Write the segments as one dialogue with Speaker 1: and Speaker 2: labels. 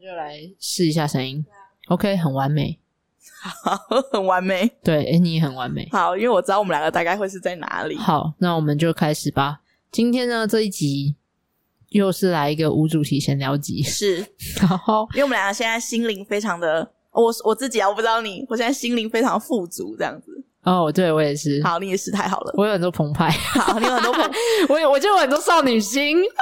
Speaker 1: 就来试一下声音。OK，很完美。
Speaker 2: 好，很完美。
Speaker 1: 对，哎，你也很完美。
Speaker 2: 好，因为我知道我们两个大概会是在哪里。
Speaker 1: 好，那我们就开始吧。今天呢，这一集又是来一个无主题闲聊集，
Speaker 2: 是
Speaker 1: 然后
Speaker 2: 因为我们两个现在心灵非常的，哦我我自己啊，我不知道你，我现在心灵非常富足，这样子。
Speaker 1: 哦，对我也是，
Speaker 2: 好，你也是太好了。
Speaker 1: 我有很多澎湃，
Speaker 2: 好，你有很多朋友。
Speaker 1: 我有我就有很多少女心啊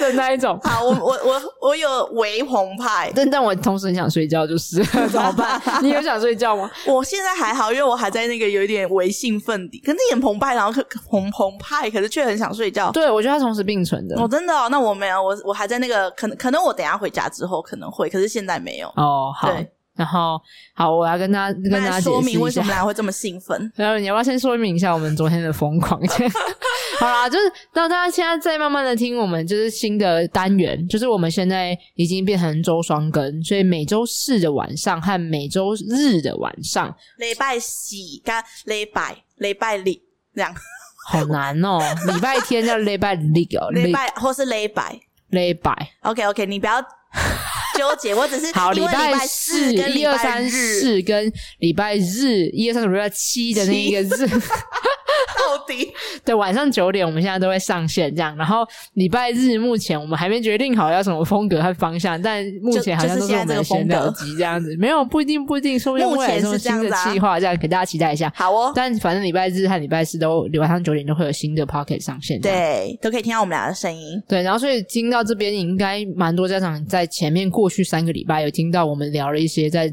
Speaker 1: 的那一种。
Speaker 2: 好，我我我我有微澎湃。
Speaker 1: 但但我同时很想睡觉，就是 怎么办？你有想睡觉吗？
Speaker 2: 我现在还好，因为我还在那个有一点微兴奋底，可是很澎湃，然后可澎澎湃，可是却很想睡觉。
Speaker 1: 对，我觉得它同时并存的。
Speaker 2: 我、真的哦，那我没有，我我还在那个，可能可能我等一下回家之后可能会，可是现在没有。
Speaker 1: 哦，好
Speaker 2: 对，
Speaker 1: 然后好，我要跟大家跟大
Speaker 2: 那
Speaker 1: 家
Speaker 2: 说
Speaker 1: 解释
Speaker 2: 明
Speaker 1: 一
Speaker 2: 为什
Speaker 1: 下
Speaker 2: 么。大家会这么兴奋？
Speaker 1: 然后你要不要先说明一下我们昨天的疯狂？ 好啦，就是让大家现在在慢慢的听我们就是新的单元，就是我们现在已经变成周双更，所以每周四的晚上和每周日的晚上，
Speaker 2: 礼拜喜跟礼拜礼拜里这样，
Speaker 1: 好难 哦、礼拜天叫礼拜六，
Speaker 2: 礼
Speaker 1: 礼
Speaker 2: 拜或是礼拜。
Speaker 1: 礼拜
Speaker 2: OK OK，你不要纠结，我只是
Speaker 1: 好，
Speaker 2: 因为
Speaker 1: 拜
Speaker 2: 拜
Speaker 1: 四
Speaker 2: 跟
Speaker 1: 一
Speaker 2: 礼
Speaker 1: 二
Speaker 2: 拜
Speaker 1: 三
Speaker 2: 日
Speaker 1: 四跟礼拜日一二三四五六七的那一个日。
Speaker 2: 到底
Speaker 1: 对，晚上九点我们现在都会上线这样，然后礼拜日目前我们还没决定好要什么风格和方向，但目前好像都是我们的闲聊集这样子，没有不一定不一定，说不定未来有什么新的计划这样，啊给大家期待一下。
Speaker 2: 好哦，
Speaker 1: 但反正礼拜日和礼拜四都晚上九点都会有新的 Pocket 上线这样。
Speaker 2: 对，都可以听到我们俩的声音。
Speaker 1: 对，然后所以听到这边，应该蛮多家长在前面过去三个礼拜有听到我们聊了一些在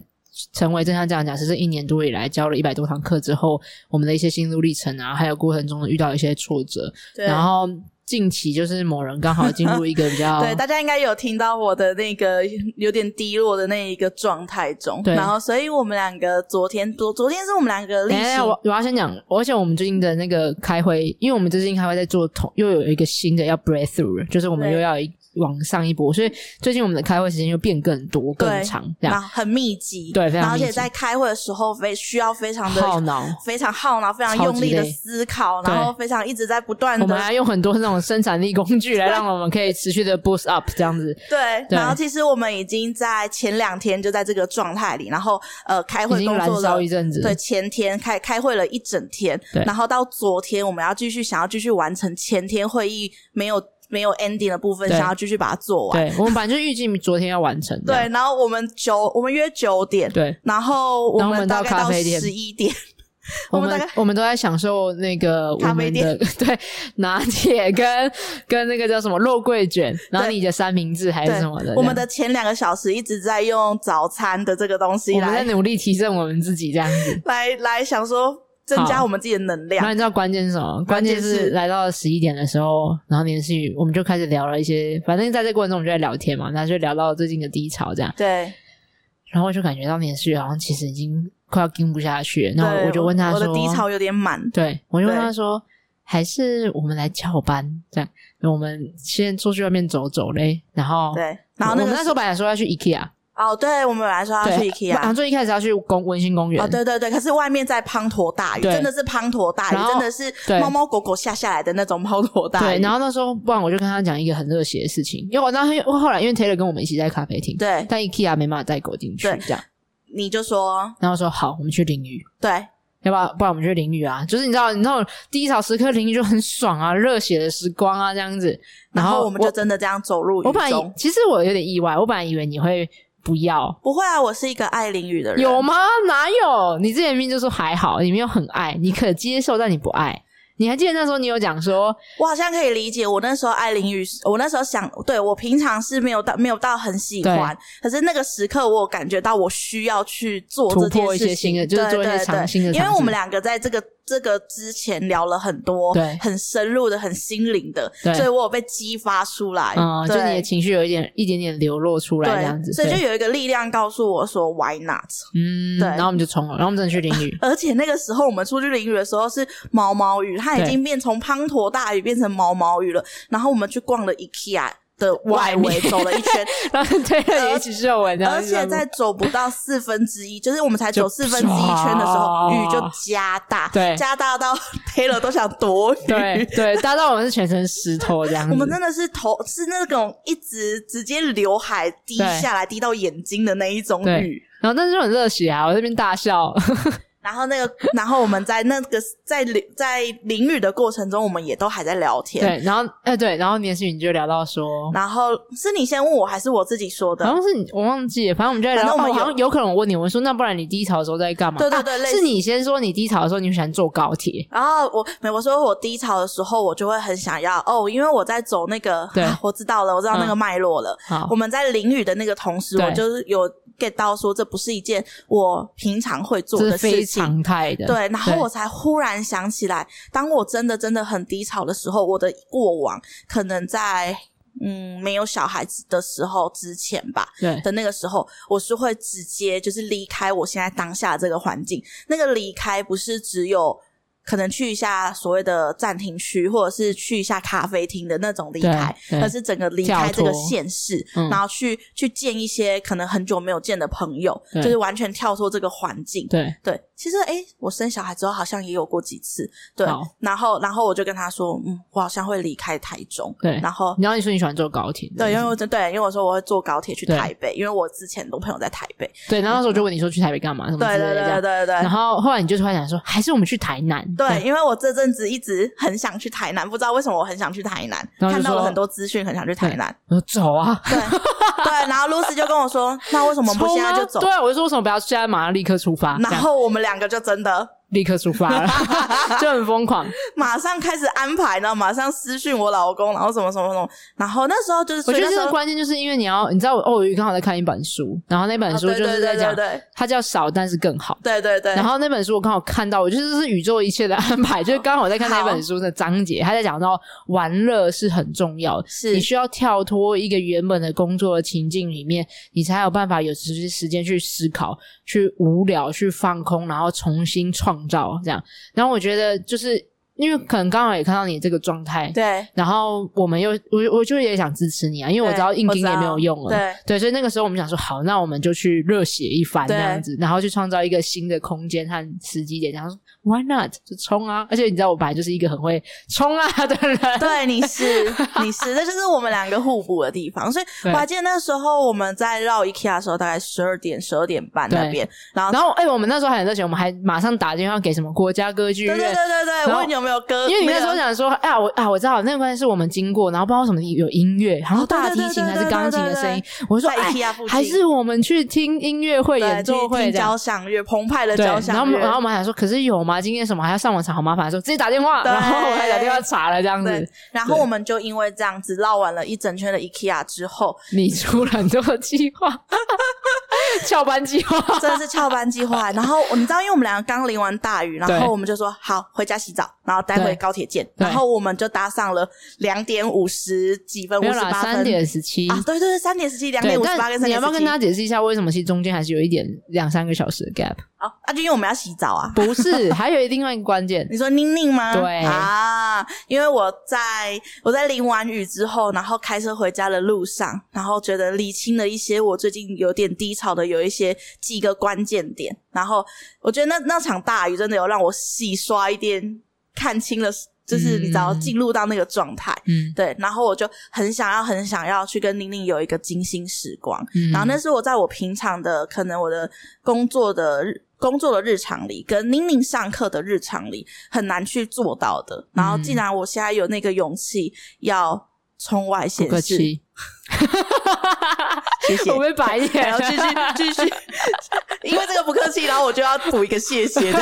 Speaker 1: 成为正向家长讲师这一年多以来教了一百多堂课之后，我们的一些心路历程啊，还有过程中遇到一些挫折，
Speaker 2: 对
Speaker 1: 然后近期就是某人刚好进入一个比较
Speaker 2: 对，大家应该有听到我的那个有点低落的那一个状态中，
Speaker 1: 对
Speaker 2: 然后所以我们两个昨天昨昨天是我们两个例
Speaker 1: 等一下，
Speaker 2: 行
Speaker 1: 哎我我要先讲，而且我们最近的那个开会，因为我们最近开会在做同，又有一个新的要 breakthrough，了就是我们
Speaker 2: 对
Speaker 1: 又要一往上一波，所以最近我们的开会时间又变更多、更
Speaker 2: 对
Speaker 1: 长，这
Speaker 2: 然
Speaker 1: 样
Speaker 2: 后很密集，
Speaker 1: 对非常
Speaker 2: 然后而
Speaker 1: 密
Speaker 2: 且
Speaker 1: 集
Speaker 2: 在开会的时候非需要非常的
Speaker 1: 耗脑。
Speaker 2: 非常耗脑，非常
Speaker 1: 超
Speaker 2: 用
Speaker 1: 级
Speaker 2: 力的
Speaker 1: 累
Speaker 2: 思考，
Speaker 1: 对
Speaker 2: 然后非常一直在不断
Speaker 1: 我们
Speaker 2: 的
Speaker 1: 还用很多那种生产力工具来让我们可以持续的 boost up 这样子。
Speaker 2: 对，
Speaker 1: 对
Speaker 2: 然后其实我们已经在前两天就在这个状态里，然后呃开
Speaker 1: 已
Speaker 2: 会
Speaker 1: 经
Speaker 2: 工
Speaker 1: 燃
Speaker 2: 作
Speaker 1: 烧
Speaker 2: 了
Speaker 1: 一。阵子，
Speaker 2: 对，前天开开会了一整天
Speaker 1: 对，
Speaker 2: 然后到昨天我们要继续想要继续完成前天会议没有没有 ending 的部分，
Speaker 1: 对
Speaker 2: 想要继续把它做完。
Speaker 1: 对，我们本来就预计昨天要完成
Speaker 2: 对
Speaker 1: 的。，
Speaker 2: 然后我们九我们约九点，
Speaker 1: 对，
Speaker 2: 然后我
Speaker 1: 然后我
Speaker 2: 们
Speaker 1: 们
Speaker 2: 大
Speaker 1: 到
Speaker 2: 概
Speaker 1: 咖
Speaker 2: 到
Speaker 1: 啡店
Speaker 2: 十一点，
Speaker 1: 我
Speaker 2: 我们
Speaker 1: 们
Speaker 2: 大概
Speaker 1: 我们都在享受那个我
Speaker 2: 咖啡
Speaker 1: 们的对拿铁跟跟那个叫什么肉桂卷，然后
Speaker 2: 对
Speaker 1: 你的三明治还是
Speaker 2: 对
Speaker 1: 什么的，，
Speaker 2: 我们的前两个小时一直在用早餐的这个东
Speaker 1: 这
Speaker 2: 西
Speaker 1: 样我们
Speaker 2: 来
Speaker 1: 在努力提升我们自己这样子。
Speaker 2: 来来想说增加
Speaker 1: 好
Speaker 2: 我们自己的能
Speaker 1: 然
Speaker 2: 量
Speaker 1: 后。你知道关键是什么？关键
Speaker 2: 关键
Speaker 1: 是
Speaker 2: 是
Speaker 1: 来到十一点的时候，然后连续我们就开始聊了一些，反正在这过程中我们就在聊天嘛，那就聊到最近的低潮这样。
Speaker 2: 对，
Speaker 1: 然后我就感觉到连续好像其实已经快要盯不下去了，然后
Speaker 2: 对
Speaker 1: 我就问他
Speaker 2: 我
Speaker 1: 说：“
Speaker 2: 的低潮有点满，
Speaker 1: 对，我就问
Speaker 2: 对
Speaker 1: 他说，还是我们来翘班这样，我们先出去外面走走嘞。然后，
Speaker 2: 对，然后
Speaker 1: 哦
Speaker 2: 那
Speaker 1: 我
Speaker 2: 个
Speaker 1: 们那时候本来说要去 IKEA，
Speaker 2: 哦，对我们本来说要
Speaker 1: 对，
Speaker 2: 去
Speaker 1: 然后
Speaker 2: IKEA。
Speaker 1: 最一开始要去公温馨公园，
Speaker 2: 哦，对对对，可是外面在滂沱大雨，
Speaker 1: 对
Speaker 2: 真的是滂沱大雨
Speaker 1: 然，后
Speaker 2: 真的是
Speaker 1: 对
Speaker 2: 猫猫狗狗下下来的那种滂沱大雨。
Speaker 1: 对然后那时候，不然我就跟他讲一个很热血的事情，因为我当时后来因为 Taylor 跟我们一起在咖啡厅，
Speaker 2: 对
Speaker 1: 但 IKEA 没办法带狗进去
Speaker 2: 对
Speaker 1: 这样，
Speaker 2: 你就说，
Speaker 1: 然后说好，我们去淋雨。
Speaker 2: 对
Speaker 1: 要不要？不然我们去淋雨啊！就是你知道，你知道第一潮时刻淋雨就很爽啊，热血的时光啊，这样子。
Speaker 2: 然
Speaker 1: 后
Speaker 2: 后我们就真的这样走入
Speaker 1: 我
Speaker 2: 雨
Speaker 1: 本来以
Speaker 2: 中。
Speaker 1: 其实我有点意外，我本来以为你会不要，
Speaker 2: 不会啊，我是一个爱淋雨的人。
Speaker 1: 有吗？啊哪有？你之前明明就说还好，你没有很爱，你可接受，但你不爱。你还记得那时候你有讲说，
Speaker 2: 我好像可以理解，我那时候爱淋雨，我那时候想，对我平常是没有到没有到很喜欢，可是那个时刻我有感觉到我需要去做
Speaker 1: 突
Speaker 2: 这
Speaker 1: 破
Speaker 2: 件
Speaker 1: 一些
Speaker 2: 事情，
Speaker 1: 新的就是做一些
Speaker 2: 对对
Speaker 1: 尝
Speaker 2: 对
Speaker 1: 新的
Speaker 2: 因为
Speaker 1: 尝试
Speaker 2: 我们两个在这个这个之前聊了很多，
Speaker 1: 对
Speaker 2: 很深入的、很心灵的，
Speaker 1: 对
Speaker 2: 所以我有被激发出来，
Speaker 1: 嗯，就
Speaker 2: 哎对
Speaker 1: 你的情绪有一点一点点流露出来这样子，
Speaker 2: 对，所以
Speaker 1: 对
Speaker 2: 就有一个力量告诉我说，Why not？
Speaker 1: 嗯，
Speaker 2: 对，
Speaker 1: 然后我们就冲了，然后我们真的去淋雨
Speaker 2: 而且那个时候我们出去淋雨的时候是毛毛雨，它已
Speaker 1: 对
Speaker 2: 经变从滂沱大雨变成毛毛雨了。然后我们去逛了 IKEA，的
Speaker 1: 外
Speaker 2: 外围
Speaker 1: 面
Speaker 2: 走了一 圈，
Speaker 1: 然后推了也只是我这样
Speaker 2: 而
Speaker 1: 子，
Speaker 2: 且在走不到四分之一，就是我们才走
Speaker 1: 就
Speaker 2: 四分之一圈的时候，
Speaker 1: 唰
Speaker 2: 雨就加大，
Speaker 1: 对
Speaker 2: 加大到 Taylor 都想躲雨。
Speaker 1: 对对，搭到我们是全身湿透这样子，
Speaker 2: 我们真的是头是那种一直直接刘海滴
Speaker 1: 对
Speaker 2: 下来滴到眼睛的那一种
Speaker 1: 对
Speaker 2: 雨，
Speaker 1: 然后但是就很热血啊，我这边大笑，
Speaker 2: 然后那个，然后我们在那个在淋在淋雨的过程中，我们也都还在聊天。
Speaker 1: 对，然后哎、对，然后年诗你就聊到说，
Speaker 2: 然后是你先问我，还是我自己说的？
Speaker 1: 好像是你我忘记了，反正我们就在聊，
Speaker 2: 反正我们
Speaker 1: 哦好
Speaker 2: 有
Speaker 1: 像有可能我问你，我说那不然你低潮的时候在干嘛？
Speaker 2: 对对对
Speaker 1: 啊
Speaker 2: 类似
Speaker 1: 是你先说你低潮的时候你喜欢坐高铁，
Speaker 2: 然后我没，我说我低潮的时候，我就会很想要哦，因为我在走那个，
Speaker 1: 对
Speaker 2: 啊我知道了，我知道那个脉络了。
Speaker 1: 好
Speaker 2: 我，们在淋雨的那个同时，
Speaker 1: 对
Speaker 2: 我就是有 get 到说，这不是一件我平常会做
Speaker 1: 这
Speaker 2: 的
Speaker 1: 是
Speaker 2: 事
Speaker 1: 非
Speaker 2: 情。
Speaker 1: 常态的，
Speaker 2: 对，然后我才忽然想起来，当我真的真的很低潮的时候，我的过往可能在嗯没有小孩子的时候之前吧
Speaker 1: 对
Speaker 2: 的那个时候，我是会直接就是离开我现在当下这个环境。那个离开不是只有可能去一下所谓的暂停区，或者是去一下咖啡厅的那种离
Speaker 1: 对
Speaker 2: 开，
Speaker 1: 对
Speaker 2: 而是整个离开这个
Speaker 1: 跳脱
Speaker 2: 现世，
Speaker 1: 嗯
Speaker 2: 然后去去见一些可能很久没有见的朋友，
Speaker 1: 对
Speaker 2: 就是完全跳脱这个环境。
Speaker 1: 对
Speaker 2: 对，其实诶，我生小孩之后好像也有过几次，对
Speaker 1: 好，
Speaker 2: 然后然后我就跟他说，嗯，我好像会离开台中，
Speaker 1: 对
Speaker 2: 然后
Speaker 1: 然后你说你喜欢坐高铁，
Speaker 2: 对，因为我真对，因为我说我会坐高铁去
Speaker 1: 对
Speaker 2: 台北，因为我之前都朋友在台北，
Speaker 1: 对，然后那时候就问你说去台北干嘛什么
Speaker 2: 对
Speaker 1: 嗯之类的，
Speaker 2: 对
Speaker 1: 这
Speaker 2: 对
Speaker 1: 样
Speaker 2: 对对
Speaker 1: 然后后来你就突然想说，还是我们去台南，
Speaker 2: 对，因为我这阵子一直很想去台南，不知道为什么我很想去台南，
Speaker 1: 然后就
Speaker 2: 看到了
Speaker 1: 说
Speaker 2: 很多资讯，很想去台南，
Speaker 1: 我说走啊，
Speaker 2: 对对，然后 Lucy 就跟我说，那为什么不
Speaker 1: 冲
Speaker 2: 现在
Speaker 1: 啊
Speaker 2: 就走？
Speaker 1: 对啊，我就说为什么不要现在马上立刻出发？
Speaker 2: 然
Speaker 1: 这样
Speaker 2: 后我们两个就真的
Speaker 1: 立刻出 发了，就很疯狂。
Speaker 2: 马上开始安排，然后马上私讯我老公，然后什么什么什么，然后那时候就是，
Speaker 1: 我觉得
Speaker 2: 所以
Speaker 1: 这
Speaker 2: 那时
Speaker 1: 个
Speaker 2: 候
Speaker 1: 关键就是因为你要，你知道我哦，我刚好在看一本书，然后那本
Speaker 2: 啊
Speaker 1: 书
Speaker 2: 对
Speaker 1: 就是在讲
Speaker 2: 对，对
Speaker 1: 它叫少但是更好。
Speaker 2: 对对对对，
Speaker 1: 然后那本书我刚好看到，我就是这是宇宙一切的安 排，就是刚好我在看那本书的章节，他在讲到玩乐是很重要的，
Speaker 2: 是
Speaker 1: 你需要跳脱一个原本的工作的情境里面，你才有办法有时时间去思考、去无聊、去放空，然后重新创造这样。然后我觉得就是因为可能刚好也看到你这个状态，
Speaker 2: 对，
Speaker 1: 然后我们又我我就也想支持你啊，因为我知道硬
Speaker 2: 对
Speaker 1: 盯
Speaker 2: 我
Speaker 1: 也
Speaker 2: 知道
Speaker 1: 没有用了。
Speaker 2: 对
Speaker 1: 对，所以那个时候我们想说，好，那我们就去热血一番这
Speaker 2: 对
Speaker 1: 样子，然后去创造一个新的空间和时机点。然后说，Why not？就冲啊！而且你知道，我本来就是一个很会冲啊的人。
Speaker 2: 对，你 是你是，这就是我们两个互补的地方。所以
Speaker 1: 对
Speaker 2: 我还记得那时候我们在绕 IKEA 的时候，大概十二点、十二点半那
Speaker 1: 对
Speaker 2: 边，然后
Speaker 1: 然后，哎、我们那时候还很热血，我们还马上打电话给什么国家歌剧院。
Speaker 2: 对对对对对，
Speaker 1: 然后
Speaker 2: 问你有没有歌，
Speaker 1: 因为你那时候
Speaker 2: 没有
Speaker 1: 想说，哎、呀，我啊，我知道那个关系是我们经过，然后不知道为什么有音乐，然后
Speaker 2: 哦对
Speaker 1: 大
Speaker 2: 对
Speaker 1: 提
Speaker 2: 对
Speaker 1: 琴
Speaker 2: 对
Speaker 1: 还是
Speaker 2: 对
Speaker 1: 钢
Speaker 2: 对
Speaker 1: 琴的
Speaker 2: 对
Speaker 1: 声音
Speaker 2: 对，
Speaker 1: 我就说，
Speaker 2: 在
Speaker 1: 哎、
Speaker 2: IKEA 附近
Speaker 1: 还是我们去听音乐会、
Speaker 2: 对
Speaker 1: 演奏
Speaker 2: 去
Speaker 1: 会
Speaker 2: 听
Speaker 1: 这样
Speaker 2: 交响乐，澎湃的
Speaker 1: 对，
Speaker 2: 交
Speaker 1: 然后我
Speaker 2: 响
Speaker 1: 们
Speaker 2: 乐，
Speaker 1: 然后我们还说，可是有吗？今天什么还要上网查，好麻烦，说自己打电话，
Speaker 2: 对
Speaker 1: 然后我还打电话查了这样
Speaker 2: 对
Speaker 1: 子。，
Speaker 2: 然后我们就因为这样子绕完了一整圈的 IKEA 之后，
Speaker 1: 你出了很多的计划， 翘班计划，
Speaker 2: 真的是翘班计 划。然后你知道，因为我们两个刚淋完大雨，然
Speaker 1: 对
Speaker 2: 后我们就说好回家洗澡，然后待会
Speaker 1: 对
Speaker 2: 高铁见。
Speaker 1: 对
Speaker 2: 然后我们就搭上了两点五十几分，五
Speaker 1: 没有
Speaker 2: 十
Speaker 1: 啦，
Speaker 2: 八分
Speaker 1: 三点十七。
Speaker 2: 啊，对对对，三点十七，两
Speaker 1: 对
Speaker 2: 点，五十八跟
Speaker 1: 但
Speaker 2: 三
Speaker 1: 你要
Speaker 2: 点
Speaker 1: 不要
Speaker 2: 十
Speaker 1: 跟
Speaker 2: 七
Speaker 1: 大。家解释一下，为什么其实中间还是有一点两三个小时的 gap？
Speaker 2: 啊，啊就因为我们要洗澡啊。
Speaker 1: 不是，还有另外一个关键，
Speaker 2: 你说宁宁吗？
Speaker 1: 对
Speaker 2: 啊，因为我在我在淋完雨之后，然后开车回家的路上，然后觉得理清了一些我最近有点低潮的有一些几个关键点，然后我觉得那那场大雨真的有让我洗刷一点，看清了，就是
Speaker 1: 嗯
Speaker 2: 你知道进入到那个状态。
Speaker 1: 嗯
Speaker 2: 对，然后我就很想要，很想要去跟宁宁有一个精心时光。
Speaker 1: 嗯，
Speaker 2: 然后那是我在我平常的可能我的工作的日工作的日常里，跟宁宁上课的日常里很难去做到的。然后既然我现在有那个勇气要冲外
Speaker 1: 不
Speaker 2: 线
Speaker 1: 客
Speaker 2: 市，
Speaker 1: 气，
Speaker 2: 谢 谢
Speaker 1: 我。被白眼
Speaker 2: 然后
Speaker 1: 了，
Speaker 2: 继 续继续， 因为这个不客气，然后我就要补一个 谢谢的。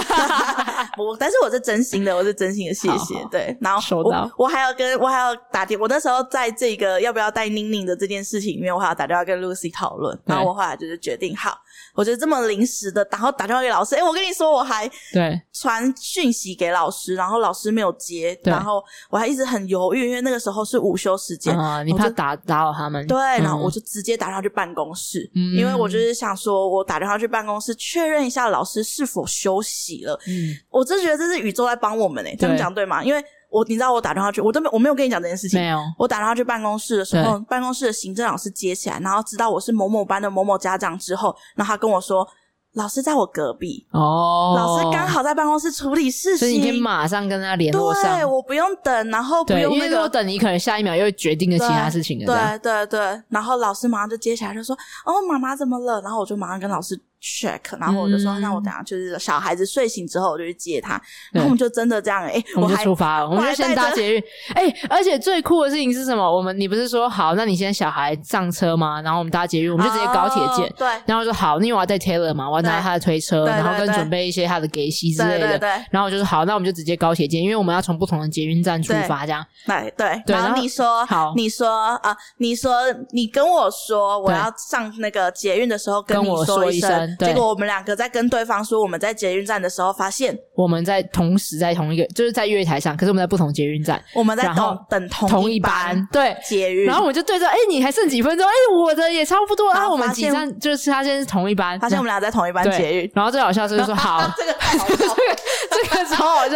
Speaker 2: 我但是我是真心的，我是真心的谢谢。
Speaker 1: 好好
Speaker 2: 对，然后
Speaker 1: 收到
Speaker 2: 我我还要跟我还要打电，我那时候在这个要不要带宁宁的这件事情里面，我还要打电话跟 Lucy 讨论。然后我后来就是决定，好，我就这么临时的，然后打电话给老师。哎、我跟你说，我还
Speaker 1: 对
Speaker 2: 传讯息给老师，然后老师没有接，
Speaker 1: 对
Speaker 2: 然后我还一直很犹豫，因为那个时候是午休时间，
Speaker 1: 啊，你
Speaker 2: 我就
Speaker 1: 怕打打扰他们，
Speaker 2: 对，然后
Speaker 1: 嗯
Speaker 2: 我就直接打电话去办公室，
Speaker 1: 嗯
Speaker 2: 因为我就是想说，我打电话去办公室确认一下老师是否休息了。
Speaker 1: 嗯
Speaker 2: 我真的觉得这是宇宙在帮我们诶、这样
Speaker 1: 对
Speaker 2: 讲对吗？因为我你知道我打电话去，我都没我没有跟你讲这件事情
Speaker 1: 没。有，
Speaker 2: 我打电话去办公室的时候，办公室的行政老师接起来，然后知道我是某某班的某某家长之后，然后他跟我说，老师在我隔壁，
Speaker 1: 哦，
Speaker 2: 老师刚，好在办公室处理事
Speaker 1: 嗯所
Speaker 2: 情，
Speaker 1: 以你可以马上跟他联络
Speaker 2: 对，
Speaker 1: 上，
Speaker 2: 我不用等，然后不
Speaker 1: 对，
Speaker 2: 用
Speaker 1: 因
Speaker 2: 那
Speaker 1: 为如果
Speaker 2: 个。
Speaker 1: 等你可能下一秒又决定了其他事情了，这样
Speaker 2: 对对对，然后老师马上就接起来就说：“哦，妈妈怎么了？”然后我就马上跟老师 check，然后我就说：“
Speaker 1: 嗯
Speaker 2: 那我等下就是小孩子睡醒之后我就去接他。”
Speaker 1: 对
Speaker 2: 然后我们就真的这样，哎、
Speaker 1: 我们就
Speaker 2: 还
Speaker 1: 出发了，我们
Speaker 2: 我
Speaker 1: 就
Speaker 2: 还
Speaker 1: 先搭
Speaker 2: 带着
Speaker 1: 捷运。 哎、而且最酷的事情是什么？我们你不是说好，那你先小孩上车吗？然后我们搭捷运，我
Speaker 2: 我
Speaker 1: 们就直接高铁见。
Speaker 2: 哦对
Speaker 1: 然后我就好，因为我要带 Taylor 嘛，我要拿他的推车，
Speaker 2: 对对
Speaker 1: 然后跟
Speaker 2: 对
Speaker 1: 准备一些他的给息之类
Speaker 2: 对
Speaker 1: 的。
Speaker 2: 对对
Speaker 1: 然后我就说好，那我们就直接高铁见，因为我们要从不同的捷运站出发，这样
Speaker 2: 对对，
Speaker 1: 对然
Speaker 2: 然后
Speaker 1: 后
Speaker 2: 你说
Speaker 1: 好
Speaker 2: 你说啊、你说你跟我说我
Speaker 1: 对
Speaker 2: 要上那个捷运的时候跟
Speaker 1: 跟
Speaker 2: 你
Speaker 1: 我
Speaker 2: 说
Speaker 1: 说
Speaker 2: 一
Speaker 1: 一声对
Speaker 2: 结果我们两个在跟对方说我们在捷运站的时候，发现
Speaker 1: 我们在同时在同一个，就是在月台上，可是我们在不同捷运站，
Speaker 2: 我们在
Speaker 1: 然后
Speaker 2: 等等
Speaker 1: 同
Speaker 2: 一
Speaker 1: 一班，对。
Speaker 2: 捷运，
Speaker 1: 然后我就对着，哎、你还剩几分钟？哎、我的也差不多
Speaker 2: 然
Speaker 1: 啊。
Speaker 2: 后
Speaker 1: 我们
Speaker 2: 发
Speaker 1: 几
Speaker 2: 现
Speaker 1: 站就是他现在是同一班，
Speaker 2: 发现我们俩在同一班
Speaker 1: 对
Speaker 2: 捷运。
Speaker 1: 然后最好笑的是说 好，
Speaker 2: 这个太 好笑了
Speaker 1: 这个超好笑。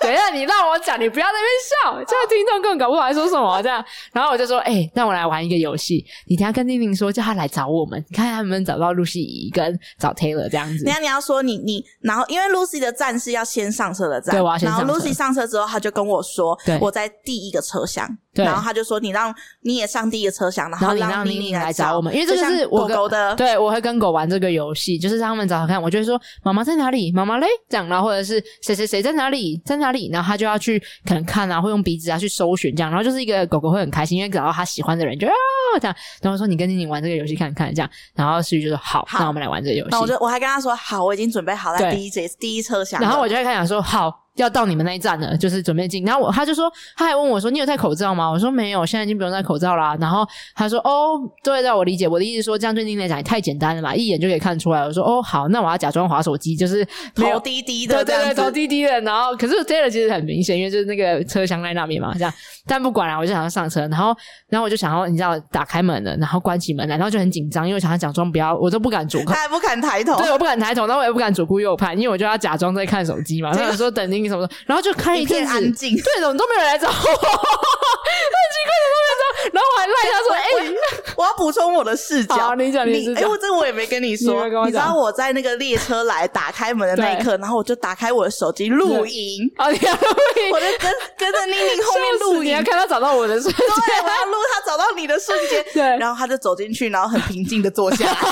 Speaker 1: 等一下，你让我讲，你不要在那边笑，这样听众根本搞不好在说什么这样。然后我就说，哎、那我来玩一个游戏，你等一下跟丁丁说，叫他来找我们，看他们找到露西姨跟找 Taylor 这样子
Speaker 2: 等一。下你要说你你，然后因为 Lucy 的站是要先上车的站，
Speaker 1: 对我要先
Speaker 2: 然后
Speaker 1: 上车
Speaker 2: Lucy 上车之后，他就跟我说
Speaker 1: 对，
Speaker 2: 我在第一个车厢，
Speaker 1: 对
Speaker 2: 然后他就说你让你也上第一个车厢，
Speaker 1: 然
Speaker 2: 然后
Speaker 1: 后你
Speaker 2: 让
Speaker 1: 让
Speaker 2: 妮
Speaker 1: 妮
Speaker 2: 妮
Speaker 1: 妮来
Speaker 2: 找
Speaker 1: 找我们因为这个
Speaker 2: 就像
Speaker 1: 是我
Speaker 2: 狗
Speaker 1: 跟
Speaker 2: 狗的，
Speaker 1: 对，我会跟狗玩这个游戏，就是让他们找找看，我就会说妈妈在哪里，妈妈嘞这样，然后或者是谁谁谁在哪里，在哪里，然后他就要去可能看啊，会用鼻子啊去搜寻这样，然后就是一个狗狗会很开心，因为找到他喜欢的人就啊这样，然后我说你跟妮妮玩这个游戏看看这样，然后思雨就说好，
Speaker 2: 好
Speaker 1: 那我们来玩这个游戏
Speaker 2: 那我，就我还跟他说好，我已经准备好在
Speaker 1: 对
Speaker 2: 第一节第一车厢了，
Speaker 1: 然后我就会开始讲说好。要到你们那一站了，就是准备进。然后我他就说，他还问我说：“你有戴口罩吗？”我说：“没有，现在已经不用戴口罩啦。”然后他说：“哦，对对，我理解。我的意思说，这样对你来讲也太简单了吧，一眼就可以看出来。”我说：“哦，好，那我要假装滑手机，就是没有
Speaker 2: 头低低
Speaker 1: 对
Speaker 2: 的这
Speaker 1: 对对，
Speaker 2: 样
Speaker 1: 头
Speaker 2: 子，
Speaker 1: 低低的。然后可是 Taylor 其实很明显，因为就是那个车厢在那边嘛，这样。但不管了，我就想要上车，然后然后我就想要你知道打开门了，然后关起门来，然后就很紧张，因为我想要假装不要，我都不敢主
Speaker 2: 他
Speaker 1: 看。
Speaker 2: 还不敢抬头，
Speaker 1: 对，我不敢抬头，然后我也不敢左顾右盼，因为我就要假装在看手机嘛。然后想说等你什么的，然后就看
Speaker 2: 一
Speaker 1: 阵
Speaker 2: 片
Speaker 1: 子，
Speaker 2: 安静。
Speaker 1: 对，怎么都没有人来找我，很奇 怪，怎么都没有人找我？然后我还赖他说：“哎、
Speaker 2: 我要补充我的视角
Speaker 1: 好，你讲你的视角
Speaker 2: 哎，我这个我也没跟你
Speaker 1: 你
Speaker 2: 说，
Speaker 1: 没跟我
Speaker 2: 你知道
Speaker 1: 讲
Speaker 2: 我在那个列车来打开门的那一刻，然后我就打开我的手机录音，
Speaker 1: 啊，你要
Speaker 2: 我就跟跟着宁宁后面录
Speaker 1: 你要
Speaker 2: 影，
Speaker 1: 看他找到我的瞬间，
Speaker 2: 对，我要录他找到你的瞬间，
Speaker 1: 对
Speaker 2: 然后他就走进去，然后很平静的坐下来，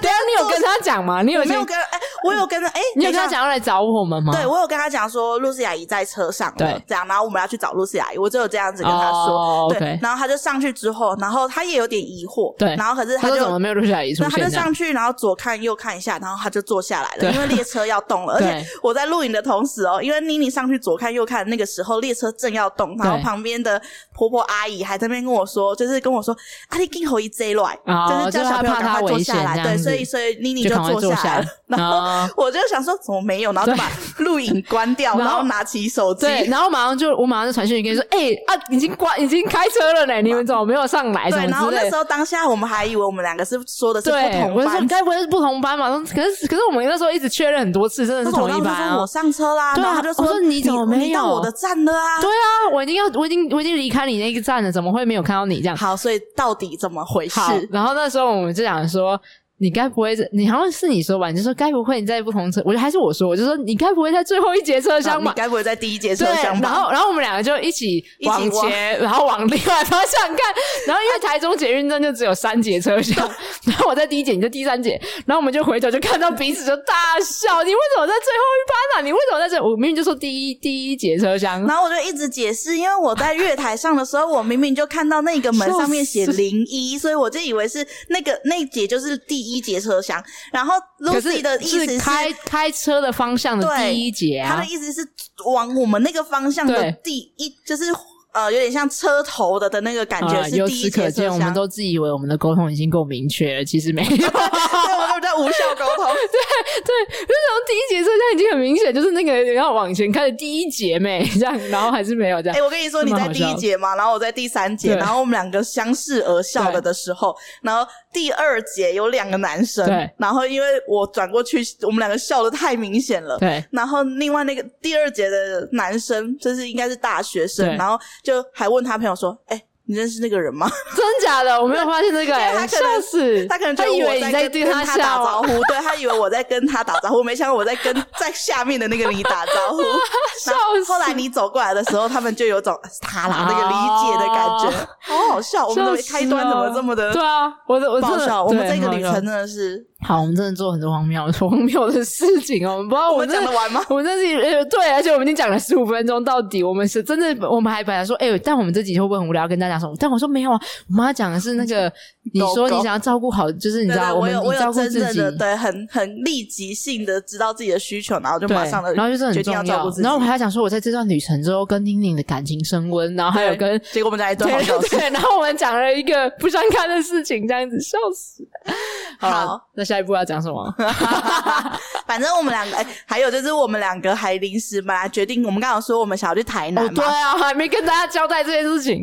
Speaker 1: 等一下你有跟他讲吗？你有
Speaker 2: 我没有
Speaker 1: 先
Speaker 2: 跟哎，我有跟着哎，
Speaker 1: 你有跟他
Speaker 2: 等一下？
Speaker 1: 讲要来找我们吗？
Speaker 2: 对，我有跟他讲说，露丝阿姨在车上了，
Speaker 1: 对
Speaker 2: 这样，然后我们要去找露丝阿姨，我只有这样子跟他说，
Speaker 1: 哦
Speaker 2: 对
Speaker 1: OK
Speaker 2: 然后他就上去之后，然后他也有点疑惑，
Speaker 1: 对
Speaker 2: 然后可是
Speaker 1: 他
Speaker 2: 他
Speaker 1: 说
Speaker 2: 就
Speaker 1: 怎么没有录下来出
Speaker 2: 对，他就
Speaker 1: 现这样？
Speaker 2: 上去，然后左看右看一下，然后他就坐下来了，
Speaker 1: 对
Speaker 2: 因为列车要 动了。而
Speaker 1: 对
Speaker 2: 且我在录影的同时哦，因为妮妮上去左看右看，那个时候列车正要动，然后
Speaker 1: 对
Speaker 2: 旁边的婆婆阿姨还在那边跟我说，就是跟我说：“啊，你跟后一追来，
Speaker 1: 哦
Speaker 2: 就是叫小朋友
Speaker 1: 就是他怕
Speaker 2: 赶
Speaker 1: 他
Speaker 2: 快坐
Speaker 1: 危
Speaker 2: 下
Speaker 1: 险
Speaker 2: 来。”
Speaker 1: 这
Speaker 2: 对，
Speaker 1: 样子
Speaker 2: 所以所以妮妮
Speaker 1: 就赶快
Speaker 2: 坐
Speaker 1: 坐
Speaker 2: 下
Speaker 1: 下
Speaker 2: 来了
Speaker 1: 来，
Speaker 2: 然后
Speaker 1: 哦
Speaker 2: 我就想说怎么没有，然后就把录影关掉，然
Speaker 1: 然后
Speaker 2: 后拿起手机，
Speaker 1: 对，然后马上就我马上就传讯息跟 你说，哎、啊，已经关，已经开车了 呢，你们怎么没有上来？什
Speaker 2: 对，
Speaker 1: 么
Speaker 2: 然后
Speaker 1: 之类
Speaker 2: 那
Speaker 1: 的
Speaker 2: 时。候当下我们还以为我们两个是说的是不
Speaker 1: 对，
Speaker 2: 同
Speaker 1: 我就说
Speaker 2: 班
Speaker 1: 你，该不会是不同班吧？可是可是我们那时候一直确认很多次，真的
Speaker 2: 那
Speaker 1: 是
Speaker 2: 时候
Speaker 1: 同
Speaker 2: 我
Speaker 1: 一
Speaker 2: 当
Speaker 1: 班
Speaker 2: 时就
Speaker 1: 啊
Speaker 2: 说我。上车啦，
Speaker 1: 对啊
Speaker 2: 然后他就
Speaker 1: 我
Speaker 2: 说
Speaker 1: 说你怎么没有
Speaker 2: 你到我的站了啊？
Speaker 1: 对啊，我已经要，我已经我已经离开你那个站了，怎么会没有看到你这样？
Speaker 2: 好，所以到底怎么回事？
Speaker 1: 好，然后那时候我们就想说。你该不会是，你好像是你说吧？你就说该不会你在不同车，我就还是我说，我就说你该不会在最后一节车
Speaker 2: 啊
Speaker 1: 厢
Speaker 2: 你
Speaker 1: 吧？
Speaker 2: 该不会在第一节车
Speaker 1: 对，
Speaker 2: 厢
Speaker 1: 然
Speaker 2: 吧？
Speaker 1: 后然后我们两个就一起
Speaker 2: 一起
Speaker 1: 往
Speaker 2: 往
Speaker 1: 前，然后往另外方向看。然后因为台中捷运站就只有三节车厢，然后我在第一节，你在第三节，然后我们就回头就看到彼此就大笑。你为什么在最后一班啊？你为什么在这？我明明就说第一第一节车厢。
Speaker 2: 然后我就一直解释，因为我在月台上的时候，我明明就看到那个门上面写
Speaker 1: 笑死
Speaker 2: 零一，所以我就以为是那个那一节就是第一节车厢。然后
Speaker 1: 可
Speaker 2: Lucy 的意思
Speaker 1: 是开开车的方向的
Speaker 2: 对
Speaker 1: 第一节
Speaker 2: 他
Speaker 1: 啊
Speaker 2: 的，意思是往我们那个方向的
Speaker 1: 对
Speaker 2: 第一，就是呃，有点像车头的的那个感
Speaker 1: 好
Speaker 2: 觉
Speaker 1: 啦
Speaker 2: 是
Speaker 1: 啊呃由
Speaker 2: 第
Speaker 1: 此
Speaker 2: 一节
Speaker 1: 可
Speaker 2: 车
Speaker 1: 见，我
Speaker 2: 厢
Speaker 1: 们。都自以为我们的沟通已经够明确了，其实没有。
Speaker 2: 对，我们在无效沟通。
Speaker 1: 对，就是从第一节之后，现在已经很明显，就是那个要往前看的第一节没这样，然后还是没有这
Speaker 2: 哎、
Speaker 1: 样。
Speaker 2: 我跟你说，
Speaker 1: 这
Speaker 2: 你
Speaker 1: 么
Speaker 2: 在
Speaker 1: 好
Speaker 2: 第
Speaker 1: 笑
Speaker 2: 一节嘛，然后我在第三节，
Speaker 1: 对
Speaker 2: 然后我们两个相视而笑了的时候，然后第二节有两个男生
Speaker 1: 对，
Speaker 2: 然后因为我转过去，我们两个笑的太明显了。
Speaker 1: 对
Speaker 2: 然后另外那个第二节的男生，就是应该是大学生，
Speaker 1: 对
Speaker 2: 然后就还问他朋友说：“哎、你认识那个人吗？”
Speaker 1: 真假的，我没有发现这 个、
Speaker 2: 因为
Speaker 1: 欸，
Speaker 2: 他
Speaker 1: 笑
Speaker 2: 可能
Speaker 1: 死！
Speaker 2: 他可能觉
Speaker 1: 他
Speaker 2: 得
Speaker 1: 以
Speaker 2: 我
Speaker 1: 为你在
Speaker 2: 在
Speaker 1: 对
Speaker 2: 跟
Speaker 1: 他
Speaker 2: 他打
Speaker 1: 笑
Speaker 2: 招
Speaker 1: 啊，
Speaker 2: 呼，对他以为我在跟他打招呼，没想到我在跟在下面的那个你打招 呼。
Speaker 1: 笑
Speaker 2: 然后
Speaker 1: 死
Speaker 2: 后来你走过来的时候，他们就有种啊是他啦那个理解的感觉，好好笑。我们的
Speaker 1: 哦笑死
Speaker 2: 开端怎么这么的
Speaker 1: 了对啊，我的我
Speaker 2: 爆
Speaker 1: 真的
Speaker 2: 笑？我们
Speaker 1: 对
Speaker 2: 这个
Speaker 1: 很好
Speaker 2: 旅
Speaker 1: 笑
Speaker 2: 程真的是，
Speaker 1: 好，我们真的做很多荒谬、 荒谬的事情哦。我们不知道
Speaker 2: 我
Speaker 1: 我
Speaker 2: 们
Speaker 1: 们真
Speaker 2: 讲
Speaker 1: 的
Speaker 2: 得完吗？
Speaker 1: 我们这是呃对，而且我们已经讲了十五分钟，到底我们是真的，我们还本来说，哎、但我们这集会不会很无聊？跟大家说，但我说没有啊，我妈讲的是那 个，你
Speaker 2: 狗
Speaker 1: 说你
Speaker 2: 狗
Speaker 1: 想要照顾好，就是 你知
Speaker 2: 对对
Speaker 1: 道，
Speaker 2: 我
Speaker 1: 们
Speaker 2: 有我
Speaker 1: 你照
Speaker 2: 有
Speaker 1: 顾
Speaker 2: 真
Speaker 1: 自
Speaker 2: 正
Speaker 1: 己
Speaker 2: 的。对，很很立即性的知道自己的需求，然后就
Speaker 1: 对
Speaker 2: 马上的，
Speaker 1: 然后就是很
Speaker 2: 决定
Speaker 1: 重
Speaker 2: 要照顾自己。
Speaker 1: 然后我还想说，我在这段旅程之后跟宁宁的感情升温，然后还有
Speaker 2: 对
Speaker 1: 跟
Speaker 2: 结果我们讲一段好
Speaker 1: 对
Speaker 2: 笑
Speaker 1: 对
Speaker 2: 事。
Speaker 1: 对，然后我们讲了一个不相干的事情，这样子笑死。啦
Speaker 2: 好，
Speaker 1: 那下一步要讲什 么？
Speaker 2: 反正我们两个，哎、还有就是我们两个还临时本来决定，我们刚好说我们想要去台南
Speaker 1: 哦
Speaker 2: 嘛，，
Speaker 1: 对啊，还没跟大家交代这件事情。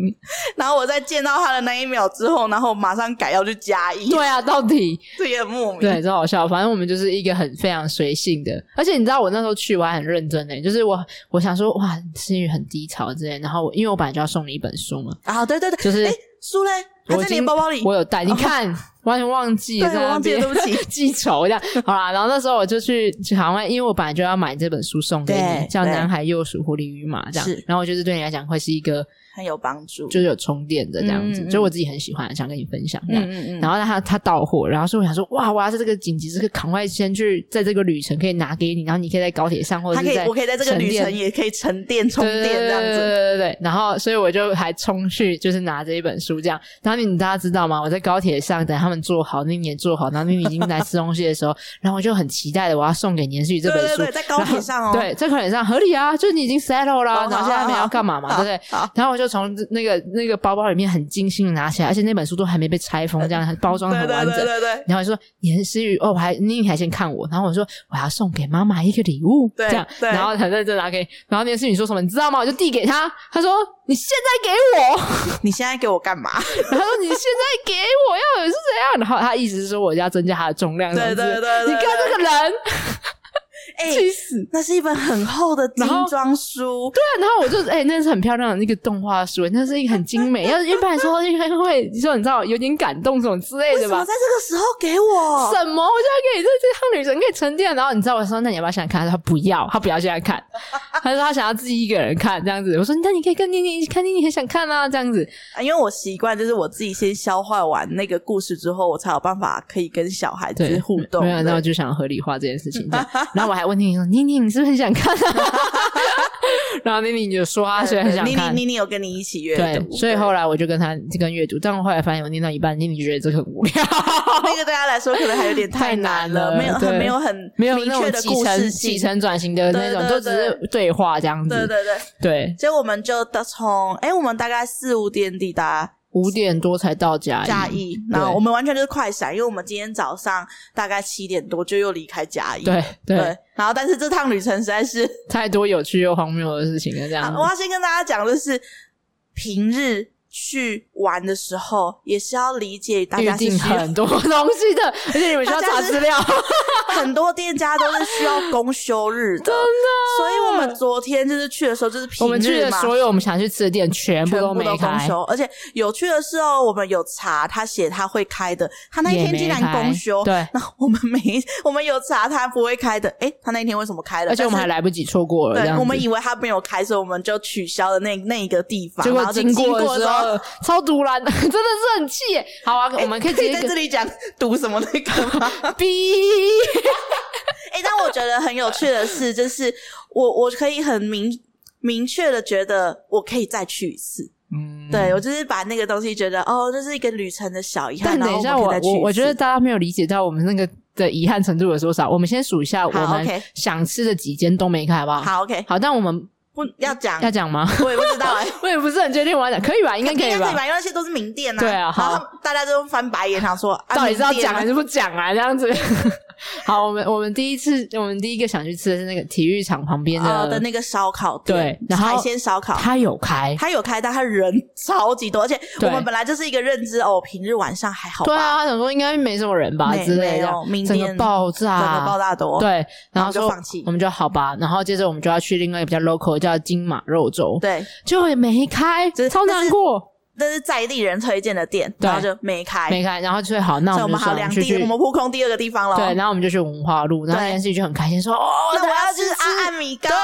Speaker 2: 然后我在见到他的那一秒之后，然后马上改要去嘉义，
Speaker 1: 对啊，到底
Speaker 2: 这也很莫名。
Speaker 1: 对，真好笑。反正我们就是一个很非常随性的，而且你知道我那时候去我还很认真诶、就是我我想说哇，思雨很低潮之类，然后我因为我本来就要送你一本书嘛，
Speaker 2: 啊，对对对，
Speaker 1: 就是
Speaker 2: 哎，书嘞还
Speaker 1: 我
Speaker 2: 在
Speaker 1: 已
Speaker 2: 你
Speaker 1: 经
Speaker 2: 的包包里，
Speaker 1: 我有带，你看、完全忘记了，
Speaker 2: 哎哦对
Speaker 1: 在
Speaker 2: 我
Speaker 1: 那
Speaker 2: 忘记了
Speaker 1: 边
Speaker 2: 对不起
Speaker 1: 记仇这样。好啦，然后那时候我就去去海外，因为我本来就要买这本书送给你
Speaker 2: 对，
Speaker 1: 叫《
Speaker 2: 对
Speaker 1: 男孩、幼鼠、狐狸与马》这
Speaker 2: 是
Speaker 1: 样。然后我就是对你来讲会是一个
Speaker 2: 很有帮助。
Speaker 1: 就是有充电的这样子，
Speaker 2: 嗯嗯
Speaker 1: 就是我自己很喜欢，想跟你分享这样。
Speaker 2: 嗯嗯嗯，
Speaker 1: 然
Speaker 2: 后
Speaker 1: 后他他到货，然后所以我想说，哇，我要在这个紧急这个赶快先去，在这个旅程可以拿给你，然后你可以在高铁上或者
Speaker 2: 他可
Speaker 1: 是
Speaker 2: 以
Speaker 1: 在，
Speaker 2: 我可以在这个
Speaker 1: 沉
Speaker 2: 旅
Speaker 1: 淀
Speaker 2: 程也可以沉淀充
Speaker 1: 对
Speaker 2: 电这样
Speaker 1: 对对
Speaker 2: 子。
Speaker 1: 对对对。然后，所以我就还冲去，就是拿着一本书这样。然后你大家知道吗？我在高铁上等他们坐好，那你也坐好，然后你已经来吃东西的时候，然后我就很期待的，我要送给年旭这
Speaker 2: 对
Speaker 1: 本
Speaker 2: 对
Speaker 1: 书。
Speaker 2: 对，在高铁上哦，
Speaker 1: 然后，对，在高铁上合理啊，就是你已经 settle 啦、
Speaker 2: 哦
Speaker 1: 然后现在没有要干嘛嘛，对
Speaker 2: 好
Speaker 1: 不对？
Speaker 2: 好，
Speaker 1: 然后我就从那个那个包包里面很精心的拿起来，而且那本书都还没被拆封，这样很包装得
Speaker 2: 对
Speaker 1: 很
Speaker 2: 对
Speaker 1: 完整
Speaker 2: 对。对对，
Speaker 1: 然后说严思雨哦，我还宁宁还先看我，然后我说我要送给妈妈一个礼物，
Speaker 2: 对
Speaker 1: 这样，
Speaker 2: 对
Speaker 1: 然后很认真拿给，然后严思雨说什么你知道吗？我就递给他，他说你现在给我，
Speaker 2: 你现在给我干嘛？
Speaker 1: 然后说你现在给我要是这样，然后他意思是说我要增加他的重量，
Speaker 2: 对
Speaker 1: 什么之类
Speaker 2: 对对对
Speaker 1: 你看这个人，
Speaker 2: 哎，
Speaker 1: 气死！
Speaker 2: 那是一本很厚的
Speaker 1: 然
Speaker 2: 精
Speaker 1: 后
Speaker 2: 装书，
Speaker 1: 对啊，然后我就哎、那是很漂亮的那个动画书，那是一个很精美，要一般来说应该会你说你知道有点感动什么之类
Speaker 2: 为
Speaker 1: 的
Speaker 2: 什么
Speaker 1: 吧。
Speaker 2: 在这个时候给我？
Speaker 1: 什么？我现在可以在这趟旅程可以沉淀。然后你知道我说，那你要不要现在看？他说他不要，他不要现在 看。他说他想要自己一个人看这样子。我说那你可以跟念念一起看，念念很想看啊这样子。
Speaker 2: 啊因为我习惯就是我自己先消化完那个故事之后，我才有办法可以跟小孩子
Speaker 1: 对，
Speaker 2: 互动。
Speaker 1: 没有，那我
Speaker 2: 对
Speaker 1: 就想合理化这件事情。这 样然后我还问念念说：“念念，你是不是很想看、啊？”然后念念就说：“啊她虽然很想
Speaker 2: 妮
Speaker 1: 看
Speaker 2: 妮。妮妮有跟你一起阅”
Speaker 1: 对，
Speaker 2: 读，
Speaker 1: 所以后
Speaker 2: 来
Speaker 1: 来我就跟他跟阅读，但我后来发现我念到一半，念念觉得这个很无聊，
Speaker 2: 那个对他来说可能还有点
Speaker 1: 太
Speaker 2: 难
Speaker 1: 难了
Speaker 2: 没有
Speaker 1: 对
Speaker 2: 很没有很
Speaker 1: 没有
Speaker 2: 明
Speaker 1: 那种
Speaker 2: 确的
Speaker 1: 起
Speaker 2: 故
Speaker 1: 承
Speaker 2: 事
Speaker 1: 起
Speaker 2: 性。
Speaker 1: 承转型的那种，
Speaker 2: 对对
Speaker 1: 都只是对话这样
Speaker 2: 对
Speaker 1: 子。
Speaker 2: 对对，
Speaker 1: 对，
Speaker 2: 所以我们就到从哎，我们大概四五点抵达
Speaker 1: 五点多才到家，
Speaker 2: 嘉义，然后我们完全就是快闪，因为我们今天早上大概七点多就又离开嘉义。
Speaker 1: 对对
Speaker 2: 对，然后但是这趟旅程实在是
Speaker 1: 太多有趣又荒谬的事情了，这样
Speaker 2: 啊
Speaker 1: 子、
Speaker 2: 我要先跟大家讲，就是平日去玩的时候，也是要理解大
Speaker 1: 预
Speaker 2: 家是
Speaker 1: 定
Speaker 2: 需要
Speaker 1: 很多东西的，而且你们需要
Speaker 2: 大家
Speaker 1: 查
Speaker 2: 是
Speaker 1: 资 料，
Speaker 2: 很多店家都是需要公休日的，真的。所以我们昨天就是去的时候，就是平日嘛，
Speaker 1: 我们去的所有我们想去吃的店全部
Speaker 2: 全
Speaker 1: 都
Speaker 2: 部
Speaker 1: 没
Speaker 2: 都公
Speaker 1: 开，
Speaker 2: 休，而且有趣的是哦，我们有查，他写他会开的，他那一
Speaker 1: 也
Speaker 2: 天
Speaker 1: 没
Speaker 2: 竟然
Speaker 1: 开
Speaker 2: 公休，
Speaker 1: 对
Speaker 2: 那我们没， 我们有查他不会开的，诶、他那一天为什么开了？
Speaker 1: 而且我们
Speaker 2: 但是
Speaker 1: 还来不及错过了，这
Speaker 2: 对，
Speaker 1: 样子
Speaker 2: 我们以为他没有开，所以我们就取消了那那一个地方，
Speaker 1: 结
Speaker 2: 然
Speaker 1: 果
Speaker 2: 后就
Speaker 1: 经过
Speaker 2: 的哎
Speaker 1: 的时候，超突然的， 真的是很气耶。好啊，我们可以直
Speaker 2: 可以
Speaker 1: 接
Speaker 2: 在这里讲读什么那个吗？
Speaker 1: 逼，
Speaker 2: 哎、但我觉得很有趣的是，就是我我可以很明明确的觉得我可以再去一次。
Speaker 1: 嗯，
Speaker 2: 对我就是把那个东西觉得哦，这是一个旅程的小遗憾。
Speaker 1: 但等一下，
Speaker 2: 然后
Speaker 1: 我
Speaker 2: 我们可以再去
Speaker 1: 我
Speaker 2: 一次
Speaker 1: 我觉得大家没有理解到我们那个的遗憾程度有多少。我们先数一下我
Speaker 2: 好
Speaker 1: 们
Speaker 2: ，OK
Speaker 1: 想吃的几间都没开，好不好？
Speaker 2: 好 OK，
Speaker 1: 好，但我们
Speaker 2: 不要讲，
Speaker 1: 要讲吗？
Speaker 2: 我也不知道 哎、
Speaker 1: 我也不是很确定我要讲，可以吧？应该
Speaker 2: 应
Speaker 1: 可
Speaker 2: 该
Speaker 1: 以
Speaker 2: 可以
Speaker 1: 吧？
Speaker 2: 吧？因为那些都是名店啊，
Speaker 1: 对啊
Speaker 2: 然
Speaker 1: 好
Speaker 2: 后他们大家都翻白眼，想说啊
Speaker 1: 到底是要
Speaker 2: 名店
Speaker 1: 讲
Speaker 2: 吗
Speaker 1: 还是不讲啊？这样子。 好，我们我们第一次，我们第一个想去吃的是那个体育场旁边
Speaker 2: 呃的
Speaker 1: 的
Speaker 2: 那个烧烤店，
Speaker 1: 对然后
Speaker 2: 海鲜烧烤，
Speaker 1: 它有开，
Speaker 2: 他有开，但他人超级多，而且
Speaker 1: 对
Speaker 2: 我们本来就是一个认知哦，平日晚上还好
Speaker 1: 对
Speaker 2: 吧，
Speaker 1: 啊，他想说应该没什么人吧
Speaker 2: 没
Speaker 1: 之类
Speaker 2: 没
Speaker 1: 的
Speaker 2: 有，明
Speaker 1: 整个
Speaker 2: 天
Speaker 1: 爆炸，
Speaker 2: 整个爆炸多，，
Speaker 1: 啊对，然
Speaker 2: 然
Speaker 1: 后
Speaker 2: 后
Speaker 1: 说
Speaker 2: 就放弃
Speaker 1: 我们就好吧。然后接着我们就要去另外一个比较 local 叫金马肉粥，
Speaker 2: 对，
Speaker 1: 就也没开，
Speaker 2: 就是
Speaker 1: 超
Speaker 2: 但
Speaker 1: 难
Speaker 2: 是
Speaker 1: 过，
Speaker 2: 那是在地人推荐的店，
Speaker 1: 对
Speaker 2: 然后就没开，
Speaker 1: 没开。然后最好，那
Speaker 2: 所以
Speaker 1: 我
Speaker 2: 我
Speaker 1: 们
Speaker 2: 们
Speaker 1: 就
Speaker 2: 还有
Speaker 1: 想
Speaker 2: 两
Speaker 1: 去
Speaker 2: 地，
Speaker 1: 去
Speaker 2: 我们扑空第二个地方了，
Speaker 1: 对，然后我们就去文化路，然后那
Speaker 2: 对
Speaker 1: 件事情就很开心，说哦，
Speaker 2: 那我啊要
Speaker 1: 要
Speaker 2: 吃阿岸米糕。
Speaker 1: 对，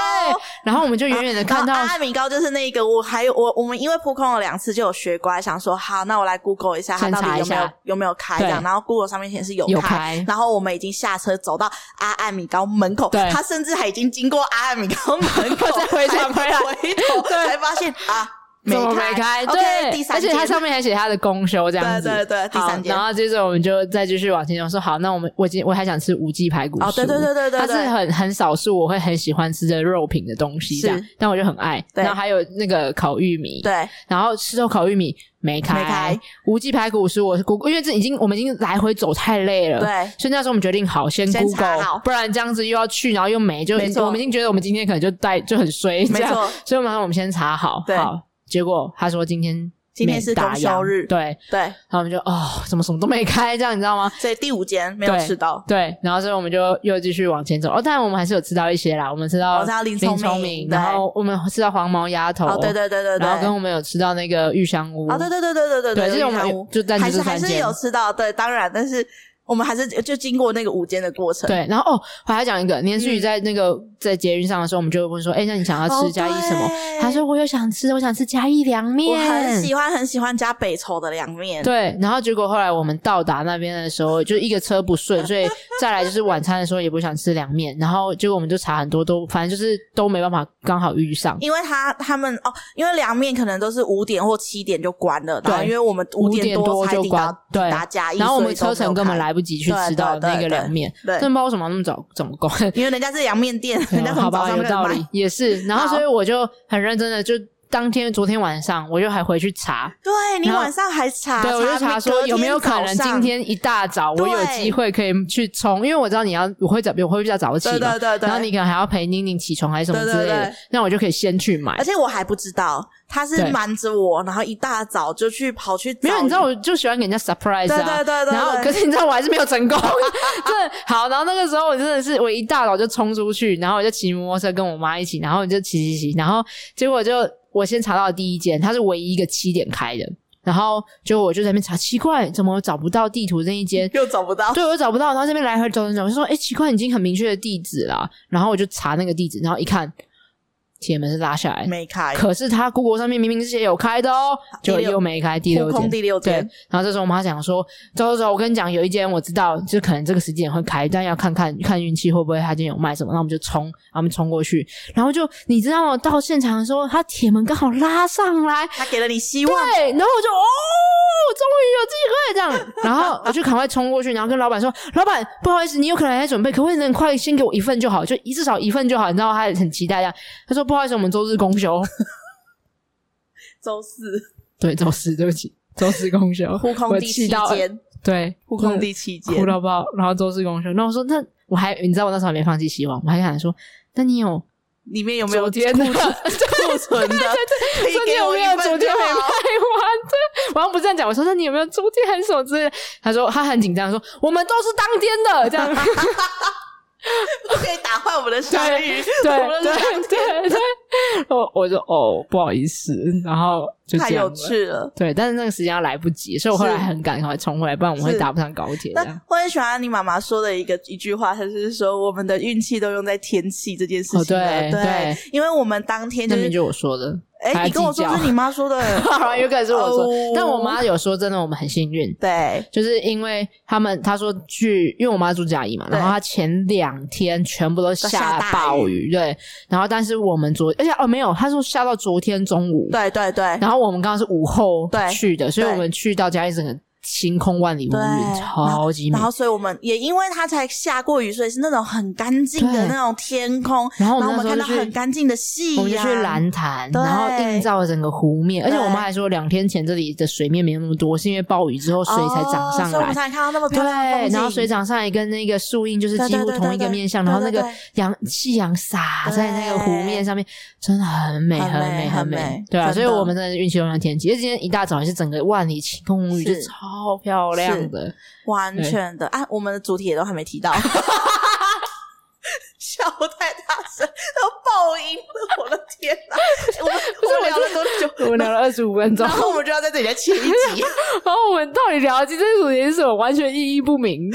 Speaker 1: 然后我们就远远的看到
Speaker 2: 然后阿岸米糕就是那个，我还有我我们因为扑空了两次，就有学乖想说好，那我来 Google 一下它
Speaker 1: 先
Speaker 2: 到
Speaker 1: 查
Speaker 2: 底有
Speaker 1: 一
Speaker 2: 没
Speaker 1: 下
Speaker 2: 有有没有开这样，
Speaker 1: 对
Speaker 2: 然后 Google 上面显示有
Speaker 1: 有
Speaker 2: 开，
Speaker 1: 开
Speaker 2: 然后我们已经下车走到阿岸米糕门口，
Speaker 1: 对
Speaker 2: 他甚至还已经经过阿岸米糕门 口，
Speaker 1: 再回头回来
Speaker 2: 还回头
Speaker 1: 对
Speaker 2: 才发现啊，
Speaker 1: 怎么没
Speaker 2: 开
Speaker 1: 开？
Speaker 2: ，OK，
Speaker 1: 对
Speaker 2: 第，三
Speaker 1: 而且
Speaker 2: 间，
Speaker 1: 它上面还写它的公休这样
Speaker 2: 对
Speaker 1: 子。
Speaker 2: 对对，第
Speaker 1: 好
Speaker 2: 三间
Speaker 1: 然，后接着我们就再继续往前走，说好，那我们我今我还想吃无鸡排骨
Speaker 2: 哦，对
Speaker 1: 酥
Speaker 2: 对对对对
Speaker 1: 它是
Speaker 2: 对，
Speaker 1: 很很少数我会很喜欢吃的肉品的东西，这样
Speaker 2: 是，
Speaker 1: 但我就很爱。
Speaker 2: 对
Speaker 1: 然后还有那个烤玉米，
Speaker 2: 对
Speaker 1: 然后吃肉烤玉米没开，
Speaker 2: 没开
Speaker 1: 无鸡排骨酥我是 Google，因为这已经我们已经来回走太累了，。
Speaker 2: 对。
Speaker 1: 所以那时候我们决定好先
Speaker 2: 哎先查
Speaker 1: Google，
Speaker 2: 好
Speaker 1: 不然这样子又要去，然后又没，就
Speaker 2: 没错
Speaker 1: 我们已经觉得我们今天可能就带就很衰，这
Speaker 2: 没
Speaker 1: 样，
Speaker 2: 错，
Speaker 1: 所以我们说我们先查好，
Speaker 2: 对
Speaker 1: 好。结果他说今天
Speaker 2: 今天是
Speaker 1: 没打
Speaker 2: 公休
Speaker 1: 烊
Speaker 2: 日
Speaker 1: 对，然
Speaker 2: 对，
Speaker 1: 后我们就哦，怎么什么都没开，这样你知道吗？
Speaker 2: 所以第五间没有
Speaker 1: 对
Speaker 2: 吃到，
Speaker 1: 对，然后所以我们就又继续往前走。哦，当然我们还是有吃到一些啦，我们吃到
Speaker 2: 我知道哦林聪
Speaker 1: 聪
Speaker 2: 明对
Speaker 1: 然后我们吃到黄毛丫头，
Speaker 2: 哦，对对对对对，
Speaker 1: 然后跟我们有吃到那个玉香屋，
Speaker 2: 哦，对对对对对对
Speaker 1: 对，这
Speaker 2: 玉
Speaker 1: 是我
Speaker 2: 山
Speaker 1: 们
Speaker 2: 屋
Speaker 1: 就在
Speaker 2: 还是
Speaker 1: 这
Speaker 2: 还
Speaker 1: 三
Speaker 2: 是
Speaker 1: 间
Speaker 2: 有。吃到，对，当然，但是我们还是就经过那个午间的过程，
Speaker 1: 对，然后哦，我还要讲一个，年思雨
Speaker 2: 嗯
Speaker 1: 在那个、在捷运上的时候，我们就会问说：“哎、那你想要
Speaker 2: 哦
Speaker 1: 吃嘉义什么？”
Speaker 2: 对
Speaker 1: 他说：“我有想吃，我想吃嘉义凉
Speaker 2: 哎我
Speaker 1: 面。”
Speaker 2: 很喜欢很喜欢加北丑的凉面，
Speaker 1: 对，然后结果后来我们到达那边的时候，就一个车不顺，所以再来就是晚餐的时候也不想吃凉面，然后结果我们就查很多都，反正就是都没办法刚好遇上。
Speaker 2: 因为他他们哦，因为凉面可能都是五点或七点就关了，
Speaker 1: 对
Speaker 2: 然后因为我们
Speaker 1: 五
Speaker 2: 点
Speaker 1: 点多
Speaker 2: 才
Speaker 1: 就
Speaker 2: 抵
Speaker 1: 关
Speaker 2: 达，
Speaker 1: 对
Speaker 2: 抵，达嘉义，
Speaker 1: 然后我们
Speaker 2: 所
Speaker 1: 车
Speaker 2: 以都没有
Speaker 1: 程根本
Speaker 2: 开，
Speaker 1: 来不及去
Speaker 2: 对
Speaker 1: 吃到
Speaker 2: 对
Speaker 1: 那个
Speaker 2: 对
Speaker 1: 凉面，
Speaker 2: 对
Speaker 1: 真不知道为什么要那么早怎么关，
Speaker 2: 因为人家是凉面店，人家
Speaker 1: 嗯好
Speaker 2: 从早
Speaker 1: 吧，
Speaker 2: 上
Speaker 1: 有
Speaker 2: 就
Speaker 1: 道
Speaker 2: 卖
Speaker 1: 理，，也是。然后
Speaker 2: 好
Speaker 1: 所以我就很认真的，就当天昨天晚上我就还回去查，
Speaker 2: 对你
Speaker 1: 然后
Speaker 2: 晚上还查，
Speaker 1: 对，我就
Speaker 2: 查
Speaker 1: 查说有没有可能今。天一大早我有
Speaker 2: 对
Speaker 1: 机会可以去冲，因为我知道你要我会早，我会比较早起
Speaker 2: 对
Speaker 1: 嘛
Speaker 2: 对对对，
Speaker 1: 然后你可能还要陪宁宁起床还是什么之类
Speaker 2: 对对
Speaker 1: 的
Speaker 2: 对，
Speaker 1: 那我就可以先去买
Speaker 2: 而。且我还不知道他是
Speaker 1: 对
Speaker 2: 瞒着我，然后一大早就去跑去找
Speaker 1: 没有，你知道我就喜欢给人家 surprise 啊，
Speaker 2: 对对对对
Speaker 1: 然后
Speaker 2: 对
Speaker 1: 可是你知道我还是没有成功， 真的好。然后那个时候我真的是，我一大早就冲出去，然后我就骑摩托车跟我妈一起，然后我就骑骑骑，然后结果就我先查到第一间，它是唯一一个七点开的，然后结果我就在那边查，奇怪，怎么我找不到地图那一间？
Speaker 2: 又找不到，
Speaker 1: 对，我找不到，然后这边来回走走走，我就说，哎、奇怪，已经很明确的地址啦。然后我就查那个地址，然后一看，铁门是拉下来，
Speaker 2: 没开，
Speaker 1: 可是他 Google 上面明明是写有开的哦，
Speaker 2: 第
Speaker 1: 结
Speaker 2: 六
Speaker 1: 果又没开第六
Speaker 2: 扑空
Speaker 1: 间。
Speaker 2: 第六
Speaker 1: 对
Speaker 2: 间，，
Speaker 1: 然后这时候我妈讲说：“走走走，我跟你讲，有一间我知道，就可能这个时间会开，但要看看看运气会不会他今天有卖什么。”那我们就冲，然后我们冲过去，然后就你知道吗？到现场的时候，他铁门刚好拉上来，
Speaker 2: 他给了你希望，
Speaker 1: 对，然后我就哦，终于有机会这样，然后我就赶快冲过去，然后跟老板说：“ 老板，不好意思，你有可能还在准备，可不可以能快先给我一份就好，就一至少一份就好。”你知道他很期待这样，他说：“不好意思，我们周日公 休。
Speaker 2: 周四”
Speaker 1: 对，周四，对不起，周四公 休，
Speaker 2: 扑空
Speaker 1: 我
Speaker 2: 第
Speaker 1: 气
Speaker 2: 七
Speaker 1: 到
Speaker 2: 间，
Speaker 1: 对，
Speaker 2: 扑空第七间
Speaker 1: 哭，到爆，然后周四公休。那我说，那我还你知道我那时候还没放弃希望，我还想说，那你有
Speaker 2: 里面有没有
Speaker 1: 昨天的？ 昨
Speaker 2: 库存的？可以
Speaker 1: 天
Speaker 2: 给
Speaker 1: 有
Speaker 2: 我
Speaker 1: 没
Speaker 2: 一
Speaker 1: 有
Speaker 2: 份
Speaker 1: 昨天没
Speaker 2: 就
Speaker 1: 卖
Speaker 2: 好
Speaker 1: 完？ 对，我好像不是这样讲，我说那你有没有昨天还是什么之类的？他说他很紧张，说我们都是当天的这 样。
Speaker 2: 不 可以打坏我们的声誉，
Speaker 1: 对
Speaker 2: 我们的声
Speaker 1: 对对对，我我就哦不好意思，然后就
Speaker 2: 太
Speaker 1: 这样
Speaker 2: 有
Speaker 1: 了。
Speaker 2: 趣了。
Speaker 1: 对，但是那个时间要来不及，所以我后来
Speaker 2: 是
Speaker 1: 很赶，赶快冲回来，不然我们会
Speaker 2: 是
Speaker 1: 搭不上高铁。这样
Speaker 2: 但我很喜欢你妈妈说的一个一句话，她就是说我们的运气都用在天气这件事情
Speaker 1: 哦
Speaker 2: 了。
Speaker 1: 对
Speaker 2: 对
Speaker 1: 对，
Speaker 2: 因为我们当天
Speaker 1: 那
Speaker 2: 就是
Speaker 1: 边就我说的，还
Speaker 2: 哎，
Speaker 1: 要
Speaker 2: 你跟我
Speaker 1: 计
Speaker 2: 说
Speaker 1: 较，
Speaker 2: 是你妈说的
Speaker 1: 有可 能是我说，
Speaker 2: 哦
Speaker 1: 但我妈有说，真的我们很幸运，
Speaker 2: 对
Speaker 1: 就是因为他们她说去，因为我妈住嘉义嘛，
Speaker 2: 对
Speaker 1: 然后她前两天全部都
Speaker 2: 下
Speaker 1: 下
Speaker 2: 大
Speaker 1: 暴
Speaker 2: 雨
Speaker 1: 雨，对，然后但是我们昨而且哦没有，她说下到昨天中午，
Speaker 2: 对对对，
Speaker 1: 然后我们刚刚是午后
Speaker 2: 对
Speaker 1: 去的，所以
Speaker 2: 对
Speaker 1: 我们去到嘉义整个晴空万里无云，
Speaker 2: 对
Speaker 1: 超级美
Speaker 2: 然。后，所以我们也因为它才下过雨，所以是那种很干净的
Speaker 1: 对
Speaker 2: 那种天空。
Speaker 1: 然后我
Speaker 2: 然
Speaker 1: 们
Speaker 2: 后我们
Speaker 1: 那
Speaker 2: 看
Speaker 1: 时
Speaker 2: 到
Speaker 1: 候就去
Speaker 2: 很干净的夕
Speaker 1: 我们就
Speaker 2: 阳，
Speaker 1: 去蓝潭，
Speaker 2: 对
Speaker 1: 然后映照了整个湖面，而且
Speaker 2: 对
Speaker 1: 我妈还说，两天前这里的水面没有那么多，是因为暴雨之后水才涨
Speaker 2: 哦
Speaker 1: 上
Speaker 2: 所以我
Speaker 1: 来。
Speaker 2: 们才能看到那么漂亮的风
Speaker 1: 对，
Speaker 2: 景。
Speaker 1: 然后水涨上来跟那个树荫就是
Speaker 2: 对
Speaker 1: 几乎
Speaker 2: 对对
Speaker 1: 同一
Speaker 2: 对
Speaker 1: 个
Speaker 2: 对
Speaker 1: 面向，
Speaker 2: 对
Speaker 1: 然后那
Speaker 2: 对
Speaker 1: 个
Speaker 2: 对
Speaker 1: 阳夕阳洒
Speaker 2: 对
Speaker 1: 在那个湖面上面，真的很美，
Speaker 2: 很
Speaker 1: 很
Speaker 2: 美
Speaker 1: 很
Speaker 2: 很
Speaker 1: 美
Speaker 2: 美。
Speaker 1: 对啊，
Speaker 2: 真的
Speaker 1: 所以我们真的是运气用上天气，而且今天一大早也是整个万里晴空无云，就是超漂亮的。
Speaker 2: 完
Speaker 1: 对
Speaker 2: 全的啊，我们的主题也都还没提到， 笑太大声，要爆音了，我的天哪！我们我们聊了多久？
Speaker 1: 我们聊了二十五 分钟
Speaker 2: 然，后我们就要在这里再切一集，
Speaker 1: 然后我们到底聊今天主题是什么，完全意义不明。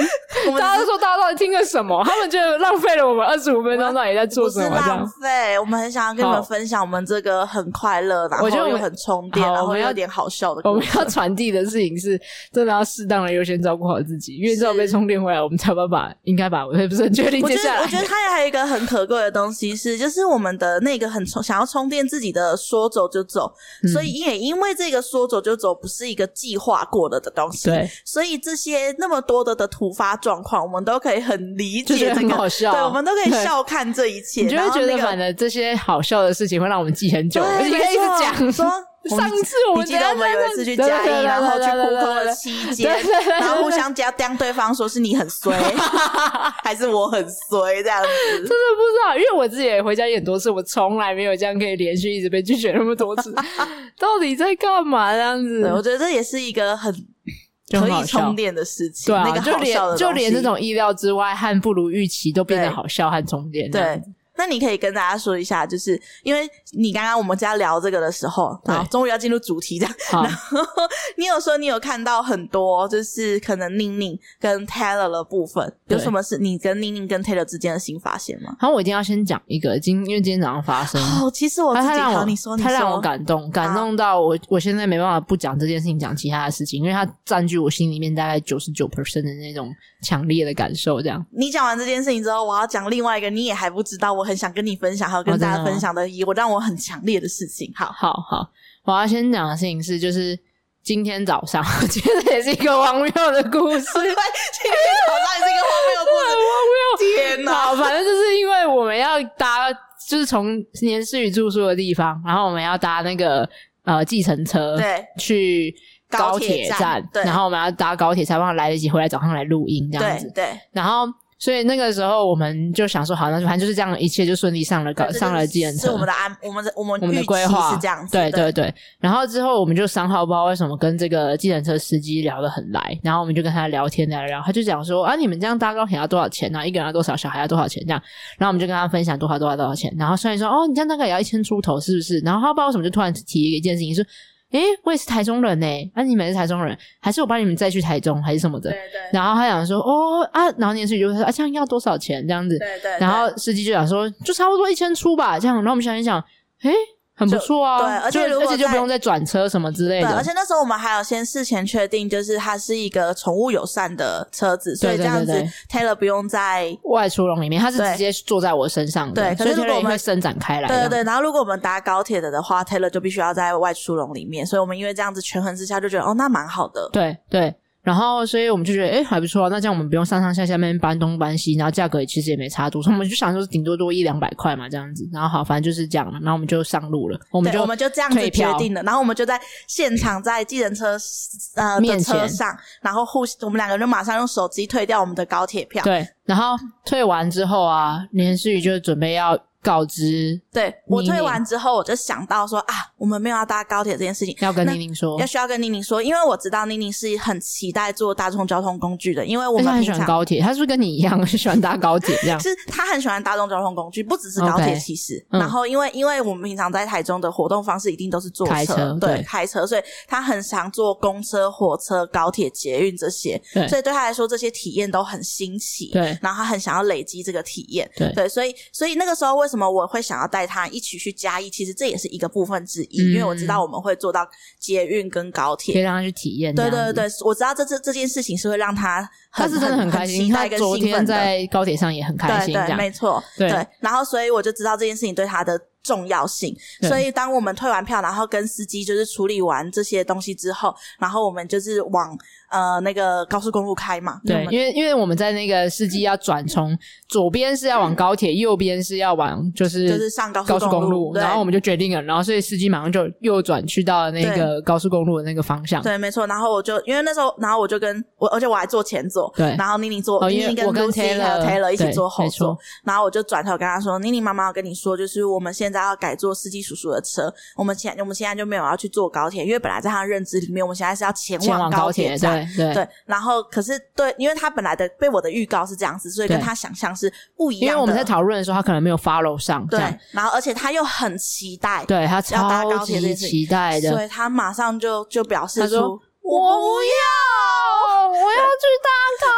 Speaker 2: 我们
Speaker 1: 大家
Speaker 2: 只
Speaker 1: 都
Speaker 2: 是
Speaker 1: 说大家到底听了什么？他们觉得浪费了我们二十五分钟，到底在做
Speaker 2: 不
Speaker 1: 什
Speaker 2: 是
Speaker 1: 么？这
Speaker 2: 浪
Speaker 1: 样。
Speaker 2: 费，我们很想要跟你们
Speaker 1: 好
Speaker 2: 分享我们这个很快乐，然后
Speaker 1: 我觉得我
Speaker 2: 又
Speaker 1: 们
Speaker 2: 很充电，
Speaker 1: 好
Speaker 2: 然
Speaker 1: 我
Speaker 2: 后
Speaker 1: 们
Speaker 2: 又
Speaker 1: 要
Speaker 2: 有点好笑的
Speaker 1: 我
Speaker 2: 故
Speaker 1: 们
Speaker 2: 事。
Speaker 1: 要传递的事情是，真的要适当的优先照顾好自己，因为只有被充电回来，我们才有办法，应该吧？我也不是很确定
Speaker 2: 我
Speaker 1: 接
Speaker 2: 觉
Speaker 1: 下
Speaker 2: 得，我
Speaker 1: 来
Speaker 2: 觉。得它还有一个很可贵的东西是，就是我们的那个很充想要充电自己的说走就走，
Speaker 1: 嗯
Speaker 2: 所以也因为这个说走就走不是一个计划过了的东西，
Speaker 1: 对，
Speaker 2: 所以这些那么多的的突发状况，我们都可以很理
Speaker 1: 就觉
Speaker 2: 解
Speaker 1: 得
Speaker 2: 这
Speaker 1: 很
Speaker 2: 个，
Speaker 1: 好笑，
Speaker 2: 对，我们都可以
Speaker 1: 对。
Speaker 2: 笑看这一切，
Speaker 1: 你就
Speaker 2: 然
Speaker 1: 会
Speaker 2: 后
Speaker 1: 觉
Speaker 2: 那
Speaker 1: 得，
Speaker 2: 个
Speaker 1: 反正这些好笑的事情会让我们记很久，而
Speaker 2: 对，
Speaker 1: 且可以一
Speaker 2: 没错
Speaker 1: 直
Speaker 2: 说
Speaker 1: 讲。
Speaker 2: 我们
Speaker 1: 上次我
Speaker 2: 你
Speaker 1: 们
Speaker 2: 记得我们有一次去
Speaker 1: 对对
Speaker 2: 嘉
Speaker 1: 对
Speaker 2: 义，
Speaker 1: 对
Speaker 2: 然后
Speaker 1: 对
Speaker 2: 去
Speaker 1: 对
Speaker 2: 扑
Speaker 1: 对
Speaker 2: 空
Speaker 1: 对
Speaker 2: 了
Speaker 1: 对
Speaker 2: 期
Speaker 1: 对
Speaker 2: 间
Speaker 1: 对对，对
Speaker 2: 然后互相加当对方说是你 很衰，还是我很衰这样子。
Speaker 1: 真的不知道，因为我自己也回家也很多次，我从来没有这样可以连续一直被拒绝那么多 次，到底在干嘛这样子？
Speaker 2: 对，我觉得这也是一个很
Speaker 1: 嗯就
Speaker 2: 可
Speaker 1: 很
Speaker 2: 以
Speaker 1: 好笑
Speaker 2: 充电的事情，
Speaker 1: 对啊，
Speaker 2: 那个
Speaker 1: 就
Speaker 2: 好笑
Speaker 1: 连
Speaker 2: 的
Speaker 1: 就
Speaker 2: 东
Speaker 1: 连这
Speaker 2: 西
Speaker 1: 种意料之外和不如预期都变得
Speaker 2: 对
Speaker 1: 好笑和充电这样
Speaker 2: 对
Speaker 1: 子。。
Speaker 2: 那你可以跟大家说一下，就是因为你刚刚我们家聊这个的时候，
Speaker 1: 对
Speaker 2: 好，终于要进入主题这样。
Speaker 1: 好，
Speaker 2: 你有说你有看到很多，就是可能宁宁跟 Taylor 的部分，有
Speaker 1: 对
Speaker 2: 什么是你跟宁宁跟 Taylor 之间的新发现吗？
Speaker 1: 然后我一定要先讲一个，今因为今天早上发生，
Speaker 2: 哦，其实我
Speaker 1: 他
Speaker 2: 自
Speaker 1: 嗯啊他
Speaker 2: 己
Speaker 1: 让
Speaker 2: 好，
Speaker 1: 我
Speaker 2: 你说，你
Speaker 1: 他
Speaker 2: 说，
Speaker 1: 让我感动，感动到我我现在没办法不讲这件事情，讲其他的事情，因为它占据我心里面大概九十九 percent 的那种强烈的感受，这样。
Speaker 2: 你讲完这件事情之后，我要讲另外一个你也还不知道，我很想跟你分享，还有跟
Speaker 1: 哦真的
Speaker 2: 大
Speaker 1: 吗
Speaker 2: 家分享的，我让我很强烈的事情。好，
Speaker 1: 好好，我要先讲的事情是，就是今天早上， 我觉得也是一个荒谬的故 事，
Speaker 2: 对，今天早上也是一个荒谬的故 事，天哪！
Speaker 1: 好，反正就是因为我们要搭，就是从年市宇住宿的地方，然后我们要搭那个呃计程车，
Speaker 2: 对，
Speaker 1: 去高
Speaker 2: 高铁
Speaker 1: 铁
Speaker 2: 站
Speaker 1: 站，
Speaker 2: 对
Speaker 1: 然后我们要搭高铁才帮来得及回来早上来录音这样
Speaker 2: 对
Speaker 1: 子。
Speaker 2: 对，
Speaker 1: 然后，所以那个时候我们就想说，好，那就反正就是这样，一切就顺利上了高
Speaker 2: 对这
Speaker 1: 上
Speaker 2: 就
Speaker 1: 了
Speaker 2: 是
Speaker 1: 计程车，
Speaker 2: 是我们的安，我们的我们
Speaker 1: 我们的
Speaker 2: 预
Speaker 1: 规
Speaker 2: 期
Speaker 1: 划
Speaker 2: 是这样子，
Speaker 1: 对
Speaker 2: 对
Speaker 1: 对对，然后之后我们就三号不知道为什么跟这个计程车司机聊得很来，然后我们就跟他聊天聊聊，他就讲说啊，你们这样搭高铁要多少钱啊？一个人要多少？小孩要多少钱？这样，然后我们就跟他分享多少多少多少钱，然后算一算，哦，你这样大概也要一千出头，是不是？然后他不知道为什么就突然提一件事情说。诶，我也是台中人呢、那、你们也是台中人，还是我帮你们再去台中，还是什么的？
Speaker 2: 对
Speaker 1: 然后他想说，哦啊，然后年纪就会说啊，这样要多少钱？这样子，
Speaker 2: 对对
Speaker 1: 然后司机就想说，就差不多一千出吧，这样。然后我们想一想，诶，很不错啊，
Speaker 2: 就对而且
Speaker 1: 就
Speaker 2: 如果
Speaker 1: 而且就
Speaker 2: 在
Speaker 1: 不用再转车什么之类
Speaker 2: 对，
Speaker 1: 的
Speaker 2: 而。且那时候我们还有先事前确定，就是它是一个宠物友善的车子，所以
Speaker 1: 对
Speaker 2: 这
Speaker 1: 对
Speaker 2: 样子
Speaker 1: 对
Speaker 2: Taylor 不用再。
Speaker 1: 外出笼里面，他是
Speaker 2: 对
Speaker 1: 直接坐在我身上的，
Speaker 2: 对可
Speaker 1: 所以
Speaker 2: 是如果
Speaker 1: 它
Speaker 2: 我们
Speaker 1: 会伸展开来。
Speaker 2: 对对
Speaker 1: 这样，
Speaker 2: 对，然后如果我们搭高铁的的话，Taylor 就必须要在外出笼里面，所以我们因为这样子权衡之下，就觉得哦，那蛮好的。
Speaker 1: 对对。然后，所以我们就觉得，诶，还不错啊。那这样我们不用上上下下面搬东搬西，然后价格也其实也没差多少。我们就想说，顶多多一两百块嘛，这样子。然后好，反正就是这样了。然后我们就上路了，我们
Speaker 2: 对，
Speaker 1: 就
Speaker 2: 我们就这样子
Speaker 1: 退
Speaker 2: 决
Speaker 1: 票
Speaker 2: 定了，然后我们就在现场在计程车呃的
Speaker 1: 面
Speaker 2: 车
Speaker 1: 前
Speaker 2: 上，然后互我们两个人就马上用手机退掉我们的高铁票。
Speaker 1: 对。然后退完之后啊，连诗雨就准备要告知，
Speaker 2: 对我
Speaker 1: 妮妮
Speaker 2: 退完之后，我就想到说啊，我们没有要搭高铁这件事情，
Speaker 1: 要跟
Speaker 2: 那
Speaker 1: 宁宁说
Speaker 2: 要，需要跟宁宁说，因为我知道宁宁是很期待坐大众交通工具的，因为我
Speaker 1: 而且他
Speaker 2: 们
Speaker 1: 很
Speaker 2: 平
Speaker 1: 喜欢
Speaker 2: 常
Speaker 1: 高铁，他是不是跟你一样 喜欢搭高铁这样？
Speaker 2: 是他很喜欢大众交通工具，不只是高铁，
Speaker 1: OK，
Speaker 2: 其实。
Speaker 1: 嗯
Speaker 2: 然后，因为因为我们平常在台中的活动方式一定都是坐
Speaker 1: 开车
Speaker 2: 对，
Speaker 1: 对
Speaker 2: 开车，所以他很常坐公车、火车、高铁、捷运这些，
Speaker 1: 对
Speaker 2: 所以对他来说这些体验都很新奇。
Speaker 1: 对
Speaker 2: 然后他很想要累积这个体验。
Speaker 1: 对
Speaker 2: 对，所以所以那个时候为什么我会想要带他一起去嘉义？其实这也是一个部分之一，
Speaker 1: 嗯
Speaker 2: 因为我知道我们会坐到捷运跟高铁
Speaker 1: 可以。让他去体验。
Speaker 2: 对
Speaker 1: 这样
Speaker 2: 对
Speaker 1: 子，
Speaker 2: 对，我知道这这这件事情是会让他很
Speaker 1: 他是真的
Speaker 2: 很
Speaker 1: 开
Speaker 2: 期
Speaker 1: 心，
Speaker 2: 待
Speaker 1: 他
Speaker 2: 跟
Speaker 1: 昨
Speaker 2: 兴奋
Speaker 1: 天
Speaker 2: 的。
Speaker 1: 在高铁上也很开
Speaker 2: 对
Speaker 1: 心，这
Speaker 2: 对，
Speaker 1: 样
Speaker 2: 没错，
Speaker 1: 对
Speaker 2: 然后，所以我就知道这件事情对他的重要性。
Speaker 1: 对
Speaker 2: 所以，当我们退完票，然后跟司机就是处理完这些东西之后，然后我们就是往呃那个高速公路开嘛，
Speaker 1: 对
Speaker 2: 我，们
Speaker 1: 因为因为我们在那个司机要转从左边是要往高铁，右边是要往就是
Speaker 2: 就是上高速
Speaker 1: 高速公
Speaker 2: 公路对
Speaker 1: 然后我们就决定了，然后所以司机马上就右转去到那个高速公路的那个方向。
Speaker 2: 对，没错。然后我就因为那时候，然后我就跟我，而且我还坐前座，
Speaker 1: 对
Speaker 2: 然后妮妮坐，
Speaker 1: 哦因
Speaker 2: 妮
Speaker 1: 为
Speaker 2: 妮跟
Speaker 1: 我跟
Speaker 2: Lucy
Speaker 1: Taylor，
Speaker 2: 还有 Taylor 一起
Speaker 1: 对
Speaker 2: 坐后
Speaker 1: 没
Speaker 2: 座
Speaker 1: 错，
Speaker 2: 然后我就转头跟她说：“妮妮妈妈，我跟你说，就是我们现在要改坐司机叔叔的车，我们现我们现在就没有要去坐高铁，因为本来在他的认知里面，我们现在是要前
Speaker 1: 前往
Speaker 2: 高
Speaker 1: 高铁，对
Speaker 2: 站。”
Speaker 1: 对
Speaker 2: 对，然后可是对，因为他本来的被我的预告是这样子，所以跟
Speaker 1: 对
Speaker 2: 他想象是不一
Speaker 1: 因
Speaker 2: 样的。
Speaker 1: 为我们在讨论的时候，他可能没有 follow 上，这样
Speaker 2: 对，然后而且他又很期待，
Speaker 1: 对他
Speaker 2: 要搭
Speaker 1: 超
Speaker 2: 高铁
Speaker 1: 级
Speaker 2: 这件事情
Speaker 1: 期待的
Speaker 2: 所，以他马上就就表示
Speaker 1: 他说
Speaker 2: 出我不要。
Speaker 1: 哦，我要去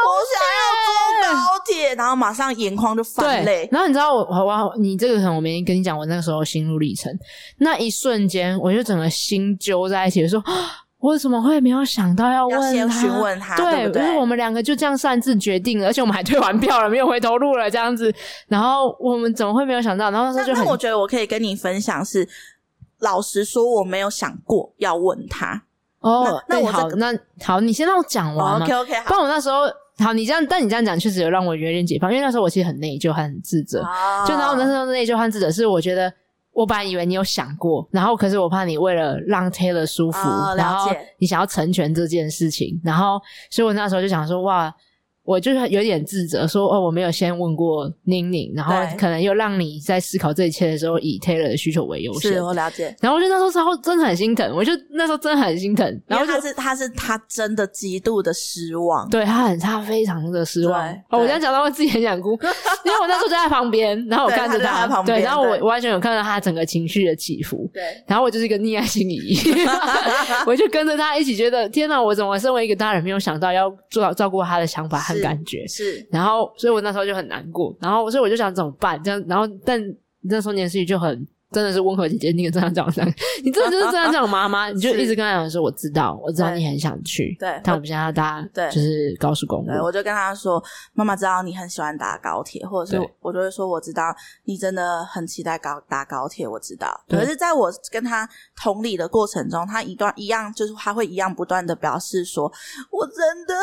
Speaker 2: 我想要坐高铁，然后马上眼眶就
Speaker 1: 搭
Speaker 2: 泛
Speaker 1: 高
Speaker 2: 泪
Speaker 1: 对，。然后你知道我我我你这个可能我没跟你讲，我那个时候心路历程，那一瞬间我就整个心揪在一起，我说 啊我怎么会没有想到要
Speaker 2: 要
Speaker 1: 问
Speaker 2: 先
Speaker 1: 他？
Speaker 2: 询问他，
Speaker 1: 对，
Speaker 2: 对不
Speaker 1: 因为我
Speaker 2: 对？
Speaker 1: 们两个就这样擅自决定了，而且我们还退完票了，没有回头路了，这样子。然后我们怎么会没有想到？然后那时候
Speaker 2: 那
Speaker 1: 就
Speaker 2: 那我
Speaker 1: 很
Speaker 2: 觉得我可以跟你分享是，老实说我没有想过要问他。
Speaker 1: 哦，
Speaker 2: 那那
Speaker 1: 对
Speaker 2: 我这
Speaker 1: 好，
Speaker 2: 个
Speaker 1: 那好，你先让我讲完嘛
Speaker 2: OK。OK，
Speaker 1: 不
Speaker 2: 哦好。
Speaker 1: 然我那时候好，你这样，但你这样讲确实有让我有点解放，因为那时候我其实很内疚，还很自责。
Speaker 2: 哦
Speaker 1: 就然后那时候内疚和自责是，我觉得我本来以为你有想过，然后可是我怕你为了让 Taylor 舒服，
Speaker 2: 哦了解
Speaker 1: 然后你想要成全这件事情，然后所以我那时候就想说，哇，我就是有点自责，说哦，我没有先问过宁宁，然后
Speaker 2: 对
Speaker 1: 可能又让你在思考这一切的时候以 Taylor 的需求为优先
Speaker 2: 是。我了解，
Speaker 1: 然后我就那时候超真的很心疼，我就那时候真的很心疼，然
Speaker 2: 然
Speaker 1: 后就
Speaker 2: 后他是他是他真的极度的失 望。
Speaker 1: 对他很他非常的失望
Speaker 2: 对。
Speaker 1: 哦，我
Speaker 2: 对
Speaker 1: 这样讲到我自己很想哭， 因为我那时候就在他旁边，然后我
Speaker 2: 对
Speaker 1: 看着
Speaker 2: 他就在他旁边
Speaker 1: 对，然后我
Speaker 2: 对
Speaker 1: 我完全有看到他整个情绪的起伏。
Speaker 2: 对，
Speaker 1: 然后我就是一个溺爱心理， 我就跟着他一起觉得，天哪！我怎么身为一个大人，没有想到要照照顾他的想法和
Speaker 2: 是
Speaker 1: 感觉？
Speaker 2: 是
Speaker 1: 然后，所以我那时候就很难过，然后，所以我就想怎么办？这样，然后，但那时候年思雨就很真的是温和且坚定的这样讲，这样，你真的就是这样讲妈妈，你就是一直跟她讲说，我知道，我知道
Speaker 2: 对
Speaker 1: 你很想去，
Speaker 2: 对
Speaker 1: 但我们现在要搭，
Speaker 2: 对
Speaker 1: 就是高速公
Speaker 2: 对，
Speaker 1: 路，
Speaker 2: 我就跟他说，妈妈知道你很喜欢搭高铁，或者是
Speaker 1: 对
Speaker 2: 我就会说，我知道你真的很期待高搭高铁，我知道。
Speaker 1: 对
Speaker 2: 可是在我跟他同理的过程中，他一段一样就是他会一样不断的表示说，我真的，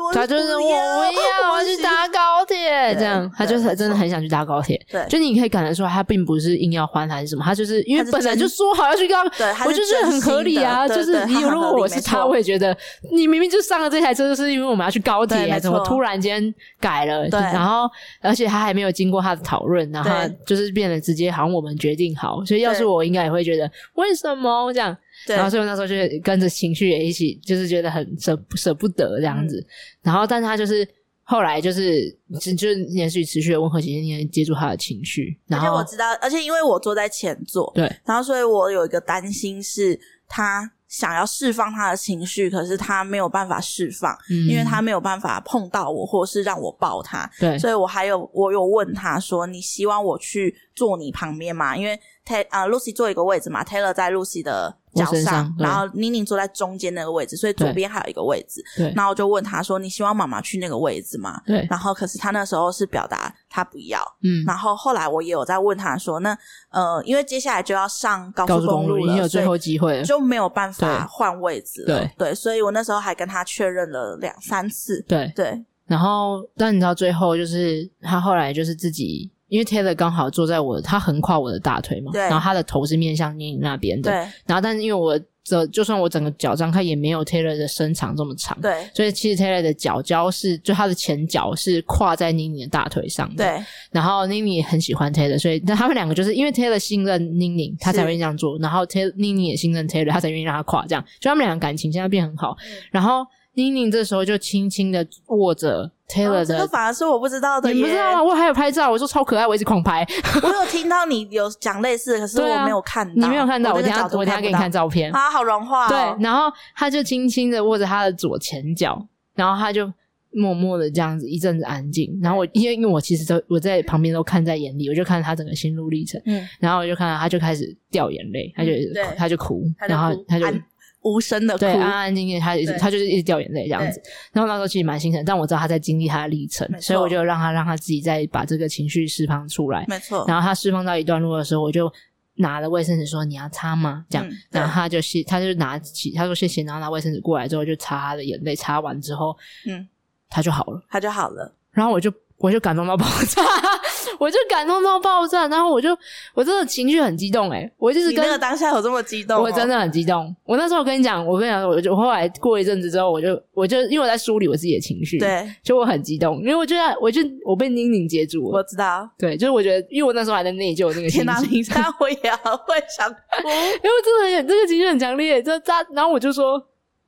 Speaker 2: 我
Speaker 1: 他就是我
Speaker 2: 不
Speaker 1: 不要，我要
Speaker 2: 喜
Speaker 1: 去搭高铁，
Speaker 2: 对
Speaker 1: 这样，他就是
Speaker 2: 对
Speaker 1: 真的很想去搭高铁，
Speaker 2: 对
Speaker 1: 就你可以感觉出来，他并不是硬要还还是什么，他就是因为
Speaker 2: 他是
Speaker 1: 本来
Speaker 2: 真
Speaker 1: 就说好要去高。
Speaker 2: 对，他
Speaker 1: 我
Speaker 2: 是
Speaker 1: 就觉得
Speaker 2: 真
Speaker 1: 很合理啊，就
Speaker 2: 心的
Speaker 1: 是
Speaker 2: 对
Speaker 1: 你
Speaker 2: 对他
Speaker 1: 如
Speaker 2: 很合
Speaker 1: 果
Speaker 2: 理
Speaker 1: 我是
Speaker 2: 没
Speaker 1: 他，
Speaker 2: 错
Speaker 1: 我也觉得你明明就上了这台车，就是因为我们要去高
Speaker 2: 对没
Speaker 1: 铁，
Speaker 2: 错
Speaker 1: 怎么突然间改了？
Speaker 2: 对
Speaker 1: 然后而且他还没有经过他的讨论，然后他
Speaker 2: 对
Speaker 1: 就是变得直接好像我们决定好，所以要是
Speaker 2: 对
Speaker 1: 我应该也会觉得为什么这样？
Speaker 2: 对
Speaker 1: 然后所以我那时候就跟着情绪也一起，就是觉得很舍舍不得这样子。
Speaker 2: 嗯
Speaker 1: 然后，但他就是后来就是就就是连续持续的温和几天，接住他的情绪，
Speaker 2: 而
Speaker 1: 然
Speaker 2: 且我
Speaker 1: 后
Speaker 2: 知道，而且因为我坐在前座，
Speaker 1: 对
Speaker 2: 然后所以我有一个担心是他。想要释放他的情绪，可是他没有办法释放，
Speaker 1: 嗯
Speaker 2: 因为他没有办法碰到我，或是让我抱他，
Speaker 1: 对
Speaker 2: 所以我还有我有问他说，你希望我去坐你旁边吗？因为 Tay 啊、Lucy 坐一个位置嘛，Taylor 在 Lucy 的脚
Speaker 1: 我身
Speaker 2: 上，
Speaker 1: 上对
Speaker 2: 然后宁宁坐在中间那个位置，所以左边还有一个位置。
Speaker 1: 对
Speaker 2: 然后我就问他说，你希望妈妈去那个位置吗？
Speaker 1: 对
Speaker 2: 然后可是他那时候是表达他不要，
Speaker 1: 嗯
Speaker 2: 然后后来我也有在问他说，那呃，因为接下来就要上高
Speaker 1: 高
Speaker 2: 速
Speaker 1: 速公
Speaker 2: 公
Speaker 1: 路
Speaker 2: 路
Speaker 1: 已经有
Speaker 2: 了，
Speaker 1: 最
Speaker 2: 所
Speaker 1: 后
Speaker 2: 以
Speaker 1: 机会了，
Speaker 2: 就没有办法
Speaker 1: 对
Speaker 2: 换位置了。对，所以我那时候还跟他确认了两三次。
Speaker 1: 对。
Speaker 2: 对，
Speaker 1: 然后，但你知道最后就是他后来就是自己，因为 Taylor 刚好坐在我，他横跨我的大腿嘛，
Speaker 2: 对
Speaker 1: 然后他的头是面向你那边的，
Speaker 2: 对，
Speaker 1: 然后但是因为我这就算我整个脚张开，也没有 Taylor 的身长这么长，
Speaker 2: 对，
Speaker 1: 所以其实 Taylor 的脚胶是，就他的前脚是跨在妮妮的大腿上的。。
Speaker 2: 对，
Speaker 1: 然后妮妮也很喜欢 Taylor，所以那他们两个就是因为 Taylor 信任妮妮，他才
Speaker 2: 是
Speaker 1: 愿意这样做。然后 Taylor 妮妮也信任 Taylor，他才愿意让他跨这样。就他们两个感情现在变很好。
Speaker 2: 嗯
Speaker 1: 然后妮妮这时候就轻轻的握着 Taylor
Speaker 2: 哦这
Speaker 1: 哎的。
Speaker 2: 个反而是我不知道的
Speaker 1: 你
Speaker 2: 耶，
Speaker 1: 不知道吗？啊我还有拍照，我说超可爱，我一直狂拍。
Speaker 2: 我有听到你有讲类似的，可是
Speaker 1: 对
Speaker 2: 我
Speaker 1: 啊
Speaker 2: 没有看到，
Speaker 1: 你没有看到，我
Speaker 2: 我这
Speaker 1: 等
Speaker 2: 个
Speaker 1: 一下
Speaker 2: 角度
Speaker 1: 我等一下给你看
Speaker 2: 到
Speaker 1: 照片。
Speaker 2: 啊，好融化、哦，
Speaker 1: 对，然后他就轻轻的握着他的左前脚，然后他就默默的这样子一阵子安静。然后我因为因为我其实都我在旁边都看在眼里，我就看他整个心路历程，
Speaker 2: 嗯，
Speaker 1: 然后我就看到他就开始掉眼泪，他就
Speaker 2: 嗯对
Speaker 1: 他就哭，
Speaker 2: 他就
Speaker 1: 然后
Speaker 2: 哭
Speaker 1: 他就
Speaker 2: 安无声的哭，
Speaker 1: 对安啊安静静，他一直
Speaker 2: 对
Speaker 1: 他就是一直掉眼泪这样子。然后那时候其实蛮心疼，但我知道他在经历他的历程
Speaker 2: 没，错
Speaker 1: 所以我就让他让他自己再把这个情绪释放出来。
Speaker 2: 没错，
Speaker 1: 然后他释放到一段路的时候，我就拿了卫生纸说你要擦吗？这样，
Speaker 2: 嗯
Speaker 1: 然后他就谢，他就拿起，他说谢谢，然后拿卫生纸过来之后就擦他的眼泪，擦完之后，
Speaker 2: 嗯，
Speaker 1: 他就好了。
Speaker 2: 他就好了。
Speaker 1: 然后我就我就感动到爆炸， 我就感动到爆炸，然后我就我真的情绪很激动哎、我就是
Speaker 2: 你那
Speaker 1: 跟
Speaker 2: 个当下有这么激动哦、
Speaker 1: 我真的很激动。我那时候跟你讲，我跟你讲，我就我后来过一阵子之后，我就我就因为我在梳理我自己的情绪，，
Speaker 2: 对，
Speaker 1: 就我很激动，因为我觉得我就我被宁宁接住
Speaker 2: 我
Speaker 1: 了，
Speaker 2: 知道。
Speaker 1: 对，就是我觉得，因为我那时候还在内疚 那个情
Speaker 2: 天哪、
Speaker 1: 绪，
Speaker 2: 林珊，我也会想 哭。
Speaker 1: 因为我真的很有这个情绪很强烈，这这，然后我就说，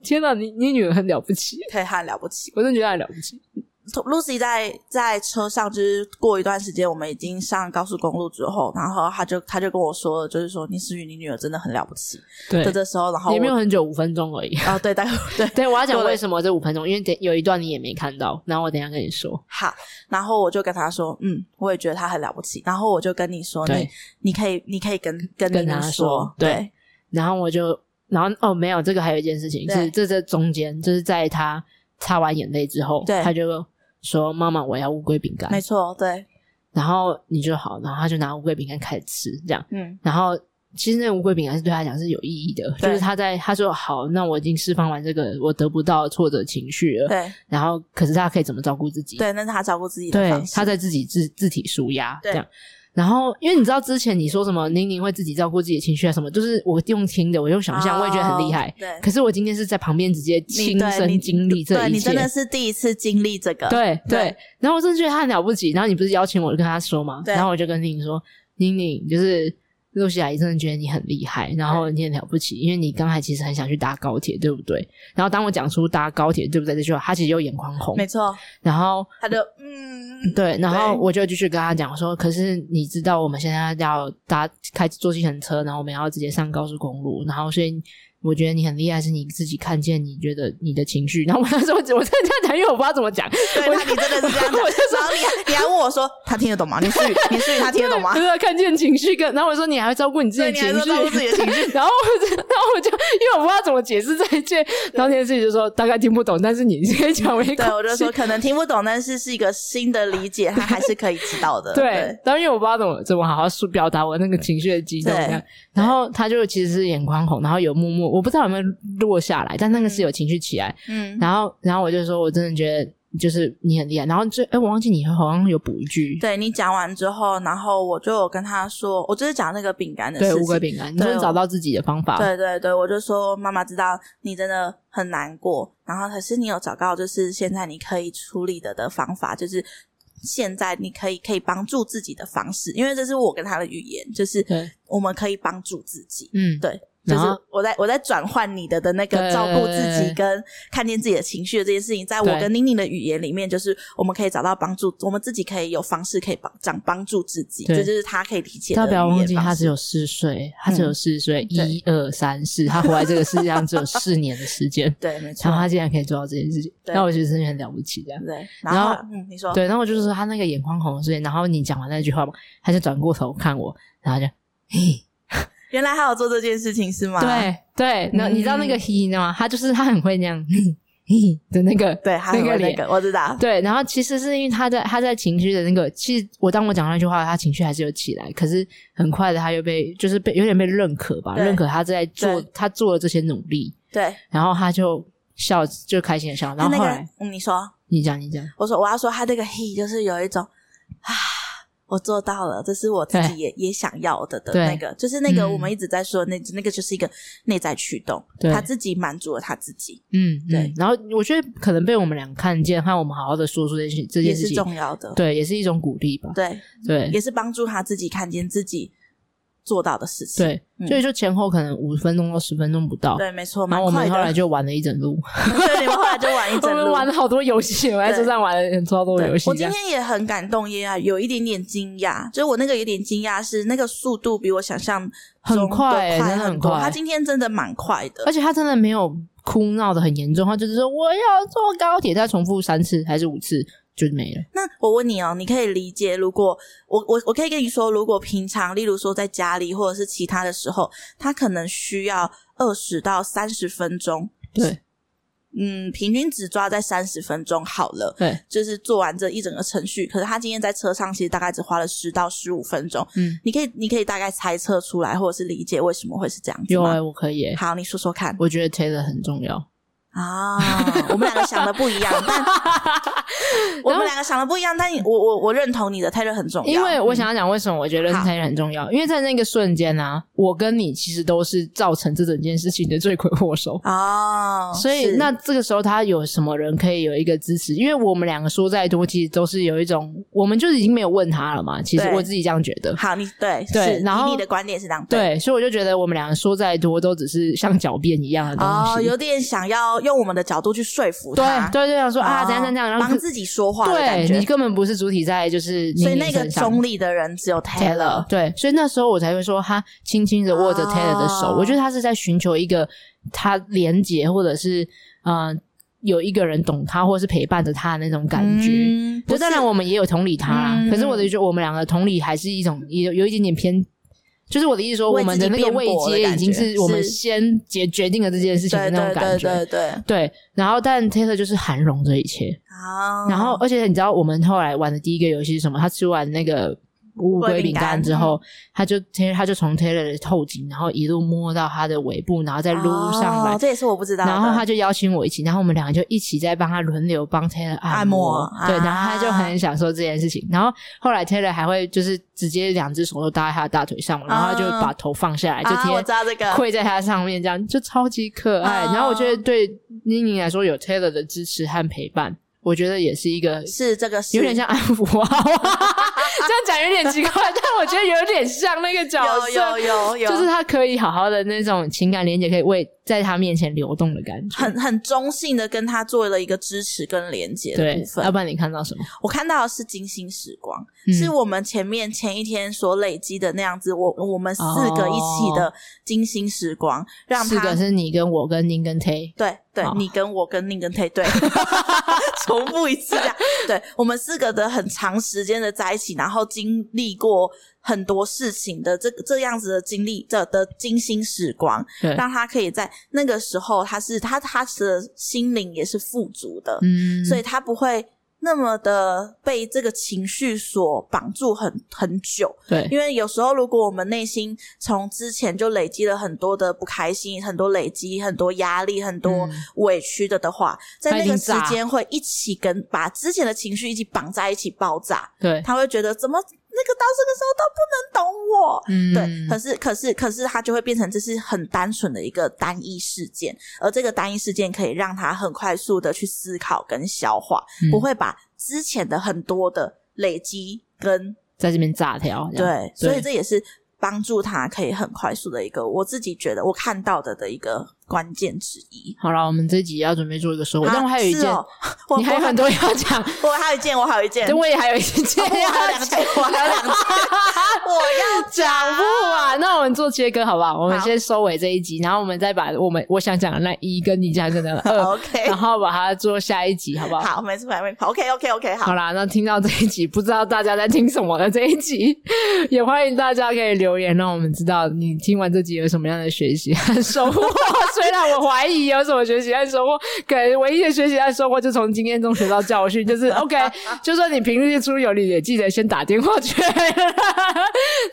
Speaker 1: 天哪，你你女儿很了不起，
Speaker 2: 对，他很了不起。
Speaker 1: 我真的觉得她很了不起，
Speaker 2: Lucy 在在车上，就是过一段时间，我们已经上高速公路之后，然后他就他就跟我说了，就是说你思雨，你女儿真的很了不起。
Speaker 1: 对
Speaker 2: 在这时候，然后我
Speaker 1: 也没有很久，五分钟而 已。
Speaker 2: 啊、对，大概 对，
Speaker 1: 对，我要讲
Speaker 2: 对
Speaker 1: 为什么这五分钟，因为等有一段你也没看到，然后我等一下跟你说。
Speaker 2: 好，然后我就跟他说，嗯，我也觉得他很了不起。然后我就跟你说，
Speaker 1: 对
Speaker 2: 你你可以，你可以跟跟
Speaker 1: 跟
Speaker 2: 妮妮
Speaker 1: 他说
Speaker 2: 说，
Speaker 1: 对，然后我就，然后哦，没有，这个还有一件事情
Speaker 2: 对
Speaker 1: 是，这这中间就是在他擦完眼泪之后，
Speaker 2: 对
Speaker 1: 他就说：“妈妈，我要乌龟饼干
Speaker 2: 没。错，对，”
Speaker 1: 然后你就好，然后他就拿乌龟饼干开始吃，这样。
Speaker 2: 嗯，
Speaker 1: 然后其实那个乌龟饼干是对他来讲是有意义的，就
Speaker 2: 对
Speaker 1: 是他在他说：“好，那我已经释放完这个我得不到的挫折情绪了。”
Speaker 2: 对
Speaker 1: 然后，可是他可以怎么照顾自己？
Speaker 2: 对，那是他照顾自己的
Speaker 1: 对
Speaker 2: 方，式，
Speaker 1: 他在自己自自体舒压这
Speaker 2: 对
Speaker 1: 样。然后，因为你知道之前你说什么宁宁会自己照顾自己的情绪啊什么，就是我用听的，我用想象，我也觉得很厉害
Speaker 2: 哦。对，
Speaker 1: 可是我今天是在旁边直接
Speaker 2: 你
Speaker 1: 亲
Speaker 2: 对
Speaker 1: 身
Speaker 2: 你
Speaker 1: 经历这
Speaker 2: 对
Speaker 1: 一
Speaker 2: 你
Speaker 1: 切
Speaker 2: 真，的是第一次经历这个，
Speaker 1: 对
Speaker 2: 对
Speaker 1: 对。然后我真的觉得他很了不起。然后你不是邀请我跟他说嘛，
Speaker 2: 对
Speaker 1: 然后我就跟宁宁说，宁宁就是。露西阿姨真的觉得你很厉害，然后你很了不起，因为你刚才其实很想去搭高铁，对不对？然后当我讲出搭高铁，对不对这句话，他其实又眼眶红，
Speaker 2: 没错，
Speaker 1: 然后
Speaker 2: 他就嗯，
Speaker 1: 对，然后
Speaker 2: 对
Speaker 1: 我就继续跟他讲说，可是你知道我们现在要搭开坐计程车，然后我们要直接上高速公路，然后所以我觉得你很厉害，是你自己看见你觉得你的情绪。然后我那时候我真的这样讲，因为我不知道怎么讲，
Speaker 2: 对，
Speaker 1: 我
Speaker 2: 那你真的是这样
Speaker 1: 我就
Speaker 2: 子，然后你还你还问我说他听得懂吗？你是你是他听得懂 吗
Speaker 1: 就？是看见情绪跟，然后我说你还会照顾你自己的
Speaker 2: 对
Speaker 1: 情
Speaker 2: 你还
Speaker 1: 绪，
Speaker 2: 会照顾自己的情绪
Speaker 1: 然后我就，然后我就因为我不知道怎么解释这一切，然后那件事情就说大概听不懂，但是你直接讲没关系。
Speaker 2: 对，我就说可能听不懂，但是是一个新的理解，他还是可以知道的。
Speaker 1: 对，然后因为我不知道怎么怎么好好说表达我那个情绪的激动，
Speaker 2: 对
Speaker 1: 这样，然后他就其实是眼眶红，然后有默默，我不知道有没有落下来，但那个是有情绪起来，
Speaker 2: 嗯，
Speaker 1: 然后然后我就说我真的觉得就是你很厉害，然后就哎我忘记你好像有补一句，
Speaker 2: 对你讲完之后，然后我就有跟他说，我就是讲那个饼干的
Speaker 1: 对
Speaker 2: 事
Speaker 1: 乌龟
Speaker 2: 情。
Speaker 1: 饼干，你说
Speaker 2: 对
Speaker 1: 你
Speaker 2: 我
Speaker 1: 找到自己的方法，
Speaker 2: 对对对，我就说妈妈知道你真的很难过，然后可是你有找到就是现在你可以处理的的方法，就是现在你可以可以帮助自己的方式，因为这是我跟他的语言，就是
Speaker 1: 对
Speaker 2: 我们可以帮助自己。
Speaker 1: 嗯
Speaker 2: 对，就
Speaker 1: 然
Speaker 2: 是
Speaker 1: 后
Speaker 2: 我在我在转换你的的那个
Speaker 1: 对
Speaker 2: 照顾自
Speaker 1: 对
Speaker 2: 己跟看见自己的情绪的这件事情，在
Speaker 1: 对
Speaker 2: 我跟宁宁的语言里面，就是我们可以找到帮助，我们自己可以有方式可以帮讲帮助自己，
Speaker 1: 对
Speaker 2: 这就是他可以理解
Speaker 1: 大
Speaker 2: 的语
Speaker 1: 家不
Speaker 2: 言方式。嗯
Speaker 1: 要忘记，他只有四岁，他只有四岁，
Speaker 2: 对，
Speaker 1: 一二三四，他活在这个世界上只有四年的时间
Speaker 2: 对，没错
Speaker 1: 然后，他竟然可以做到这件事情，
Speaker 2: 对
Speaker 1: 那我觉得真的很了不起，这样。
Speaker 2: 对。
Speaker 1: 然
Speaker 2: 然后
Speaker 1: 后
Speaker 2: 嗯，你说
Speaker 1: 对，然后我就是说他那个眼眶红的事情，然后你讲完那句话嘛，他就转过头看我，然后就嘿，
Speaker 2: 原来还有做这件事情是吗？
Speaker 1: 对对，那、你知道那个
Speaker 2: 啊嗯
Speaker 1: 嘿，你知道吗？他就是他很会那样嘿嘿的那个
Speaker 2: 对，还
Speaker 1: 那
Speaker 2: 有
Speaker 1: 个
Speaker 2: 那
Speaker 1: 脸。
Speaker 2: 个我知道，
Speaker 1: 对，然后其实是因为他在他在情绪的那个，其实我当我讲那句话，他情绪还是有起来，可是很快的他又被就是被有点被认可吧，
Speaker 2: 对
Speaker 1: 认可他在做
Speaker 2: 对
Speaker 1: 他做了这些努力，
Speaker 2: 对，
Speaker 1: 然后他就笑就开心的笑，然
Speaker 2: 他
Speaker 1: 后
Speaker 2: 那
Speaker 1: 后
Speaker 2: 个
Speaker 1: 来
Speaker 2: 嗯，你说，
Speaker 1: 你讲你讲，
Speaker 2: 我说我要说他那个 he 就是有一种啊，我做到了，这是我自
Speaker 1: 对
Speaker 2: 己也也想要的的
Speaker 1: 对
Speaker 2: 那个，就是那个
Speaker 1: 嗯
Speaker 2: 我们一直在说的那那个就是一个内在驱动，
Speaker 1: 对
Speaker 2: 他自己满足了他自己
Speaker 1: 嗯，
Speaker 2: 对
Speaker 1: 嗯然后我觉得可能被我们俩看见，和我们好好的说出这件这
Speaker 2: 也
Speaker 1: 件事
Speaker 2: 是
Speaker 1: 情，
Speaker 2: 重要的，
Speaker 1: 对，也是一种鼓励吧。
Speaker 2: 对，
Speaker 1: 对
Speaker 2: 也是帮助他自己看见自己做到的事情，
Speaker 1: 对，
Speaker 2: 嗯
Speaker 1: 所以就前后可能五分钟到十分钟不到，
Speaker 2: 对，没错，
Speaker 1: 然
Speaker 2: 蛮
Speaker 1: 后我
Speaker 2: 快
Speaker 1: 们后来
Speaker 2: 的。
Speaker 1: 就玩了一整路，
Speaker 2: 对，你们后来就 玩一
Speaker 1: 我
Speaker 2: 整
Speaker 1: 们
Speaker 2: 路。
Speaker 1: 玩了好多游戏，我在
Speaker 2: 对
Speaker 1: 车上玩了超多
Speaker 2: 对
Speaker 1: 游戏啊
Speaker 2: 我
Speaker 1: 这
Speaker 2: 今
Speaker 1: 样。
Speaker 2: 天也很感动，也有一点点惊讶，就是我那个有点惊讶是那个速度比我想象
Speaker 1: 很
Speaker 2: 中的
Speaker 1: 快欸真
Speaker 2: 快
Speaker 1: 的很
Speaker 2: 很多。
Speaker 1: 快
Speaker 2: 他今天真的蛮快的，
Speaker 1: 而且他真的没有哭闹的很严重，他就是说我要坐高铁，再重复三次还是五次就没了。
Speaker 2: 那我问你哦，你可以理解，如果我我我可以跟你说，如果平常，例如说在家里或者是其他的时候，他可能需要二十到三十分钟
Speaker 1: 对
Speaker 2: 嗯，平均只抓在三十分钟好了。
Speaker 1: 对，
Speaker 2: 就是做完这一整个程序，可是他今天在车上其实大概只花了十到十五分钟。
Speaker 1: 嗯，
Speaker 2: 你可以，你可以大概猜测出来，或者是理解为什么会是这样子
Speaker 1: 有哎、
Speaker 2: 吗？
Speaker 1: 我可以、欸，
Speaker 2: 好，你说说看
Speaker 1: 我觉得 Taylor 很重要。
Speaker 2: 啊！我们两个想的不一样， 但我们两个想的不一样，但我我我认同你的泰勒很重要，
Speaker 1: 因为我想要讲为什么我觉得
Speaker 2: 嗯好
Speaker 1: Taylor 很重要，因为在那个瞬间啊，我跟你其实都是造成这整件事情的罪魁祸首。
Speaker 2: 嗯哦，
Speaker 1: 所以
Speaker 2: 是
Speaker 1: 那这个时候他有什么人可以有一个支持？因为我们两个说再多，其实都是有一种，我们就是已经没有问他了嘛。其实
Speaker 2: 对
Speaker 1: 我自己这样觉得。
Speaker 2: 好，你对
Speaker 1: 对
Speaker 2: 是
Speaker 1: 然后
Speaker 2: 以你的观点是这样
Speaker 1: 对，所以我就觉得我们两个说再多，都只是像狡辩一样的东
Speaker 2: 哦，
Speaker 1: 西。
Speaker 2: 有点想要用我们的角度去说服
Speaker 1: 对
Speaker 2: 他，
Speaker 1: 对对，想说啊，
Speaker 2: 哦
Speaker 1: 怎样怎样怎样，然后
Speaker 2: 帮自己说话的感
Speaker 1: 对你
Speaker 2: 觉，
Speaker 1: 根本不是主体在，就是
Speaker 2: 所以
Speaker 1: 你
Speaker 2: 那个
Speaker 1: 身上
Speaker 2: 中立的人只有 Taylor，
Speaker 1: Taylor，对，所以那时候我才会说他轻轻的握着 Taylor 的手，
Speaker 2: 哦
Speaker 1: 我觉得他是在寻求一个他连接或者是嗯、呃有一个人懂他或是陪伴着他的那种感觉。
Speaker 2: 嗯
Speaker 1: 就
Speaker 2: 不
Speaker 1: 当
Speaker 2: 是
Speaker 1: 然我们也有同理他啦，
Speaker 2: 嗯
Speaker 1: 可是我的觉得我们两个同理还是一种有有一点点偏。就是我的意思说，我
Speaker 2: 为
Speaker 1: 们
Speaker 2: 自己
Speaker 1: 那个
Speaker 2: 辩
Speaker 1: 位
Speaker 2: 驳的
Speaker 1: 阶已
Speaker 2: 感
Speaker 1: 经
Speaker 2: 觉
Speaker 1: 是我们
Speaker 2: 是
Speaker 1: 先决决定了这件事情的
Speaker 2: 对
Speaker 1: 那种
Speaker 2: 对
Speaker 1: 感
Speaker 2: 对
Speaker 1: 觉。
Speaker 2: 对对，
Speaker 1: 对，然后但 Taylor 就是涵容这一切，
Speaker 2: 啊
Speaker 1: 然后，而且你知道我们后来玩的第一个游戏是什么？他吃完那个乌龟饼干之后，他就 Taylor 他就从 Taylor 的头颈，然后一路摸到他的尾部，然后再撸上来。
Speaker 2: 哦这也是我不知道的，
Speaker 1: 然后他就邀请我一起，然后我们两个就一起在帮他轮流帮 Taylor 按
Speaker 2: 按摩
Speaker 1: 对，
Speaker 2: 啊
Speaker 1: 然后他就很享受这件事情。然后后来 Taylor 还会就是直接两只手都搭在他的大腿上嘛，然后他就把头放下来，就
Speaker 2: 嗯啊，
Speaker 1: 贴
Speaker 2: 我知道这个，
Speaker 1: 跪在他上面，这样就超级可爱。
Speaker 2: 哦
Speaker 1: 然后我觉得对妮妮来说，有 Taylor 的支持和陪伴，我觉得也是一个
Speaker 2: 是这个是
Speaker 1: 有点像安抚娃 娃，这样讲有点奇怪，但我觉得有点像那个角
Speaker 2: 有有
Speaker 1: 色，
Speaker 2: 有有，
Speaker 1: 就是他可以好好的那种情感连接，可以为在他面前流动的感觉。
Speaker 2: 很很中性的跟他做了一个支持跟连接的
Speaker 1: 对
Speaker 2: 部，分
Speaker 1: 要。不然你看到什么？
Speaker 2: 我看到的是金星时光，
Speaker 1: 嗯
Speaker 2: 是我们前面前一天所累积的那样子，我我们四个一起
Speaker 1: 哦
Speaker 2: 的金星时光，让
Speaker 1: 四
Speaker 2: 他
Speaker 1: 个是你跟我跟宁跟 Tay，
Speaker 2: 对对
Speaker 1: 好，
Speaker 2: 你跟我跟宁跟 Tay 对， 重复一次这样。对我们四个的很长时间的在一起，然后经历过很多事情的这这样子的经历的的精心时光，
Speaker 1: 对，
Speaker 2: 让他可以在那个时候，他是他他的心灵也是富足的，
Speaker 1: 嗯，
Speaker 2: 所以他不会那么的被这个情绪所绑住很很久。
Speaker 1: 对，
Speaker 2: 因为有时候，如果我们内心从之前就累积了很多的不开心、很多累积、很多压力、很多
Speaker 1: 嗯
Speaker 2: 委屈的的话，
Speaker 1: 他
Speaker 2: 在
Speaker 1: 已
Speaker 2: 那
Speaker 1: 经
Speaker 2: 个时
Speaker 1: 炸
Speaker 2: 间会一起跟把之前的情绪一起绑在一起爆炸，
Speaker 1: 对，
Speaker 2: 他会觉得怎么那个到这个时候都不能懂我，
Speaker 1: 嗯，
Speaker 2: 对，可是可是可是，它就会变成这是很单纯的一个单一事件，而这个单一事件可以让他很快速的去思考跟消化，
Speaker 1: 嗯
Speaker 2: 不会把之前的很多的累积跟
Speaker 1: 在这边炸条，这样
Speaker 2: 对，所以这也是帮助他可以很快速的一个，我自己觉得我看到的的一个关键之一。
Speaker 1: 好了，我们这集要准备做一个收尾，
Speaker 2: 啊
Speaker 1: 但我还有一
Speaker 2: 是
Speaker 1: 件，
Speaker 2: 哦 我
Speaker 1: 你还有很多要 讲，
Speaker 2: 我我还有一件，我还有一件，
Speaker 1: 对，
Speaker 2: 我
Speaker 1: 我也还有一件
Speaker 2: 还有
Speaker 1: 要
Speaker 2: 两
Speaker 1: 讲
Speaker 2: 件，我还有 两件，我要
Speaker 1: 讲不完。那我们做切割好不好？我们
Speaker 2: 好
Speaker 1: 先收尾这一集，然后我们再把我们我想讲的那一跟你讲的那 二，
Speaker 2: OK，
Speaker 1: 然后把它做下一集，好不好？
Speaker 2: 好，没事没事，OK OK OK，好
Speaker 1: 好。啦，那听到这一集，不知道大家在听什么的这一集， 也欢迎大家可以留言，让我们知道你听完这集有什么样的学习和收获。 虽然我怀疑有什么学习和收获，可能唯一的学习和收获就从经验中学到教训， 就是 OK，就算你平日出游，你也记得先打电话去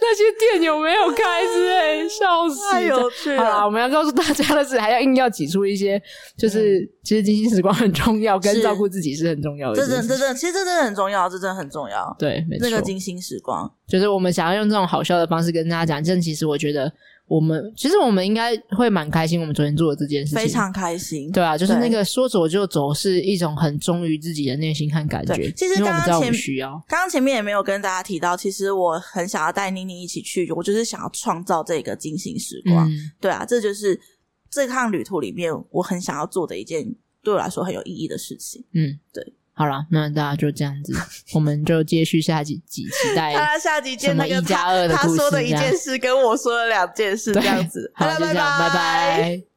Speaker 1: 那些店有没有开之
Speaker 2: 哎
Speaker 1: 类，笑死！
Speaker 2: 太有趣
Speaker 1: 好啦，
Speaker 2: 了
Speaker 1: 我们要告诉大家的是，还要硬要挤出一些，就是、其实精心时光很重要，跟
Speaker 2: 嗯是
Speaker 1: 照顾自己是很重要的一
Speaker 2: 这
Speaker 1: 件事情。
Speaker 2: 真这真，其实这真的很重要，这真的很重要。
Speaker 1: 对，没错，
Speaker 2: 那个精心时光，
Speaker 1: 就是我们想要用这种好笑的方式跟大家讲，但其实我觉得我们其实我们应该会蛮开心，我们昨天做的这件事情，
Speaker 2: 非常开心。
Speaker 1: 对啊，就是
Speaker 2: 对
Speaker 1: 那个说走就走是一种很忠于自己的内心和感觉，
Speaker 2: 对其实
Speaker 1: 因为我
Speaker 2: 刚
Speaker 1: 们
Speaker 2: 刚
Speaker 1: 知道我们
Speaker 2: 前
Speaker 1: 需要，
Speaker 2: 刚刚前面也没有跟大家提到，其实我很想要带妮妮一起去，我就是想要创造这个精心时光。
Speaker 1: 嗯，
Speaker 2: 对啊，这就是这趟旅途里面我很想要做的一件对我来说很有意义的事情。
Speaker 1: 好了，那大家就这样子，我们就接续下几集，期 待
Speaker 2: 大家下集
Speaker 1: 哎什
Speaker 2: 见
Speaker 1: 么
Speaker 2: 那
Speaker 1: 一
Speaker 2: 个
Speaker 1: 加
Speaker 2: 他
Speaker 1: 二的
Speaker 2: 他
Speaker 1: 故事，
Speaker 2: 说的
Speaker 1: 这
Speaker 2: 一
Speaker 1: 样
Speaker 2: 件事，跟我说的两件事，
Speaker 1: 对
Speaker 2: 这样子。
Speaker 1: 好，
Speaker 2: 啦
Speaker 1: 就这样，
Speaker 2: 拜
Speaker 1: 拜。拜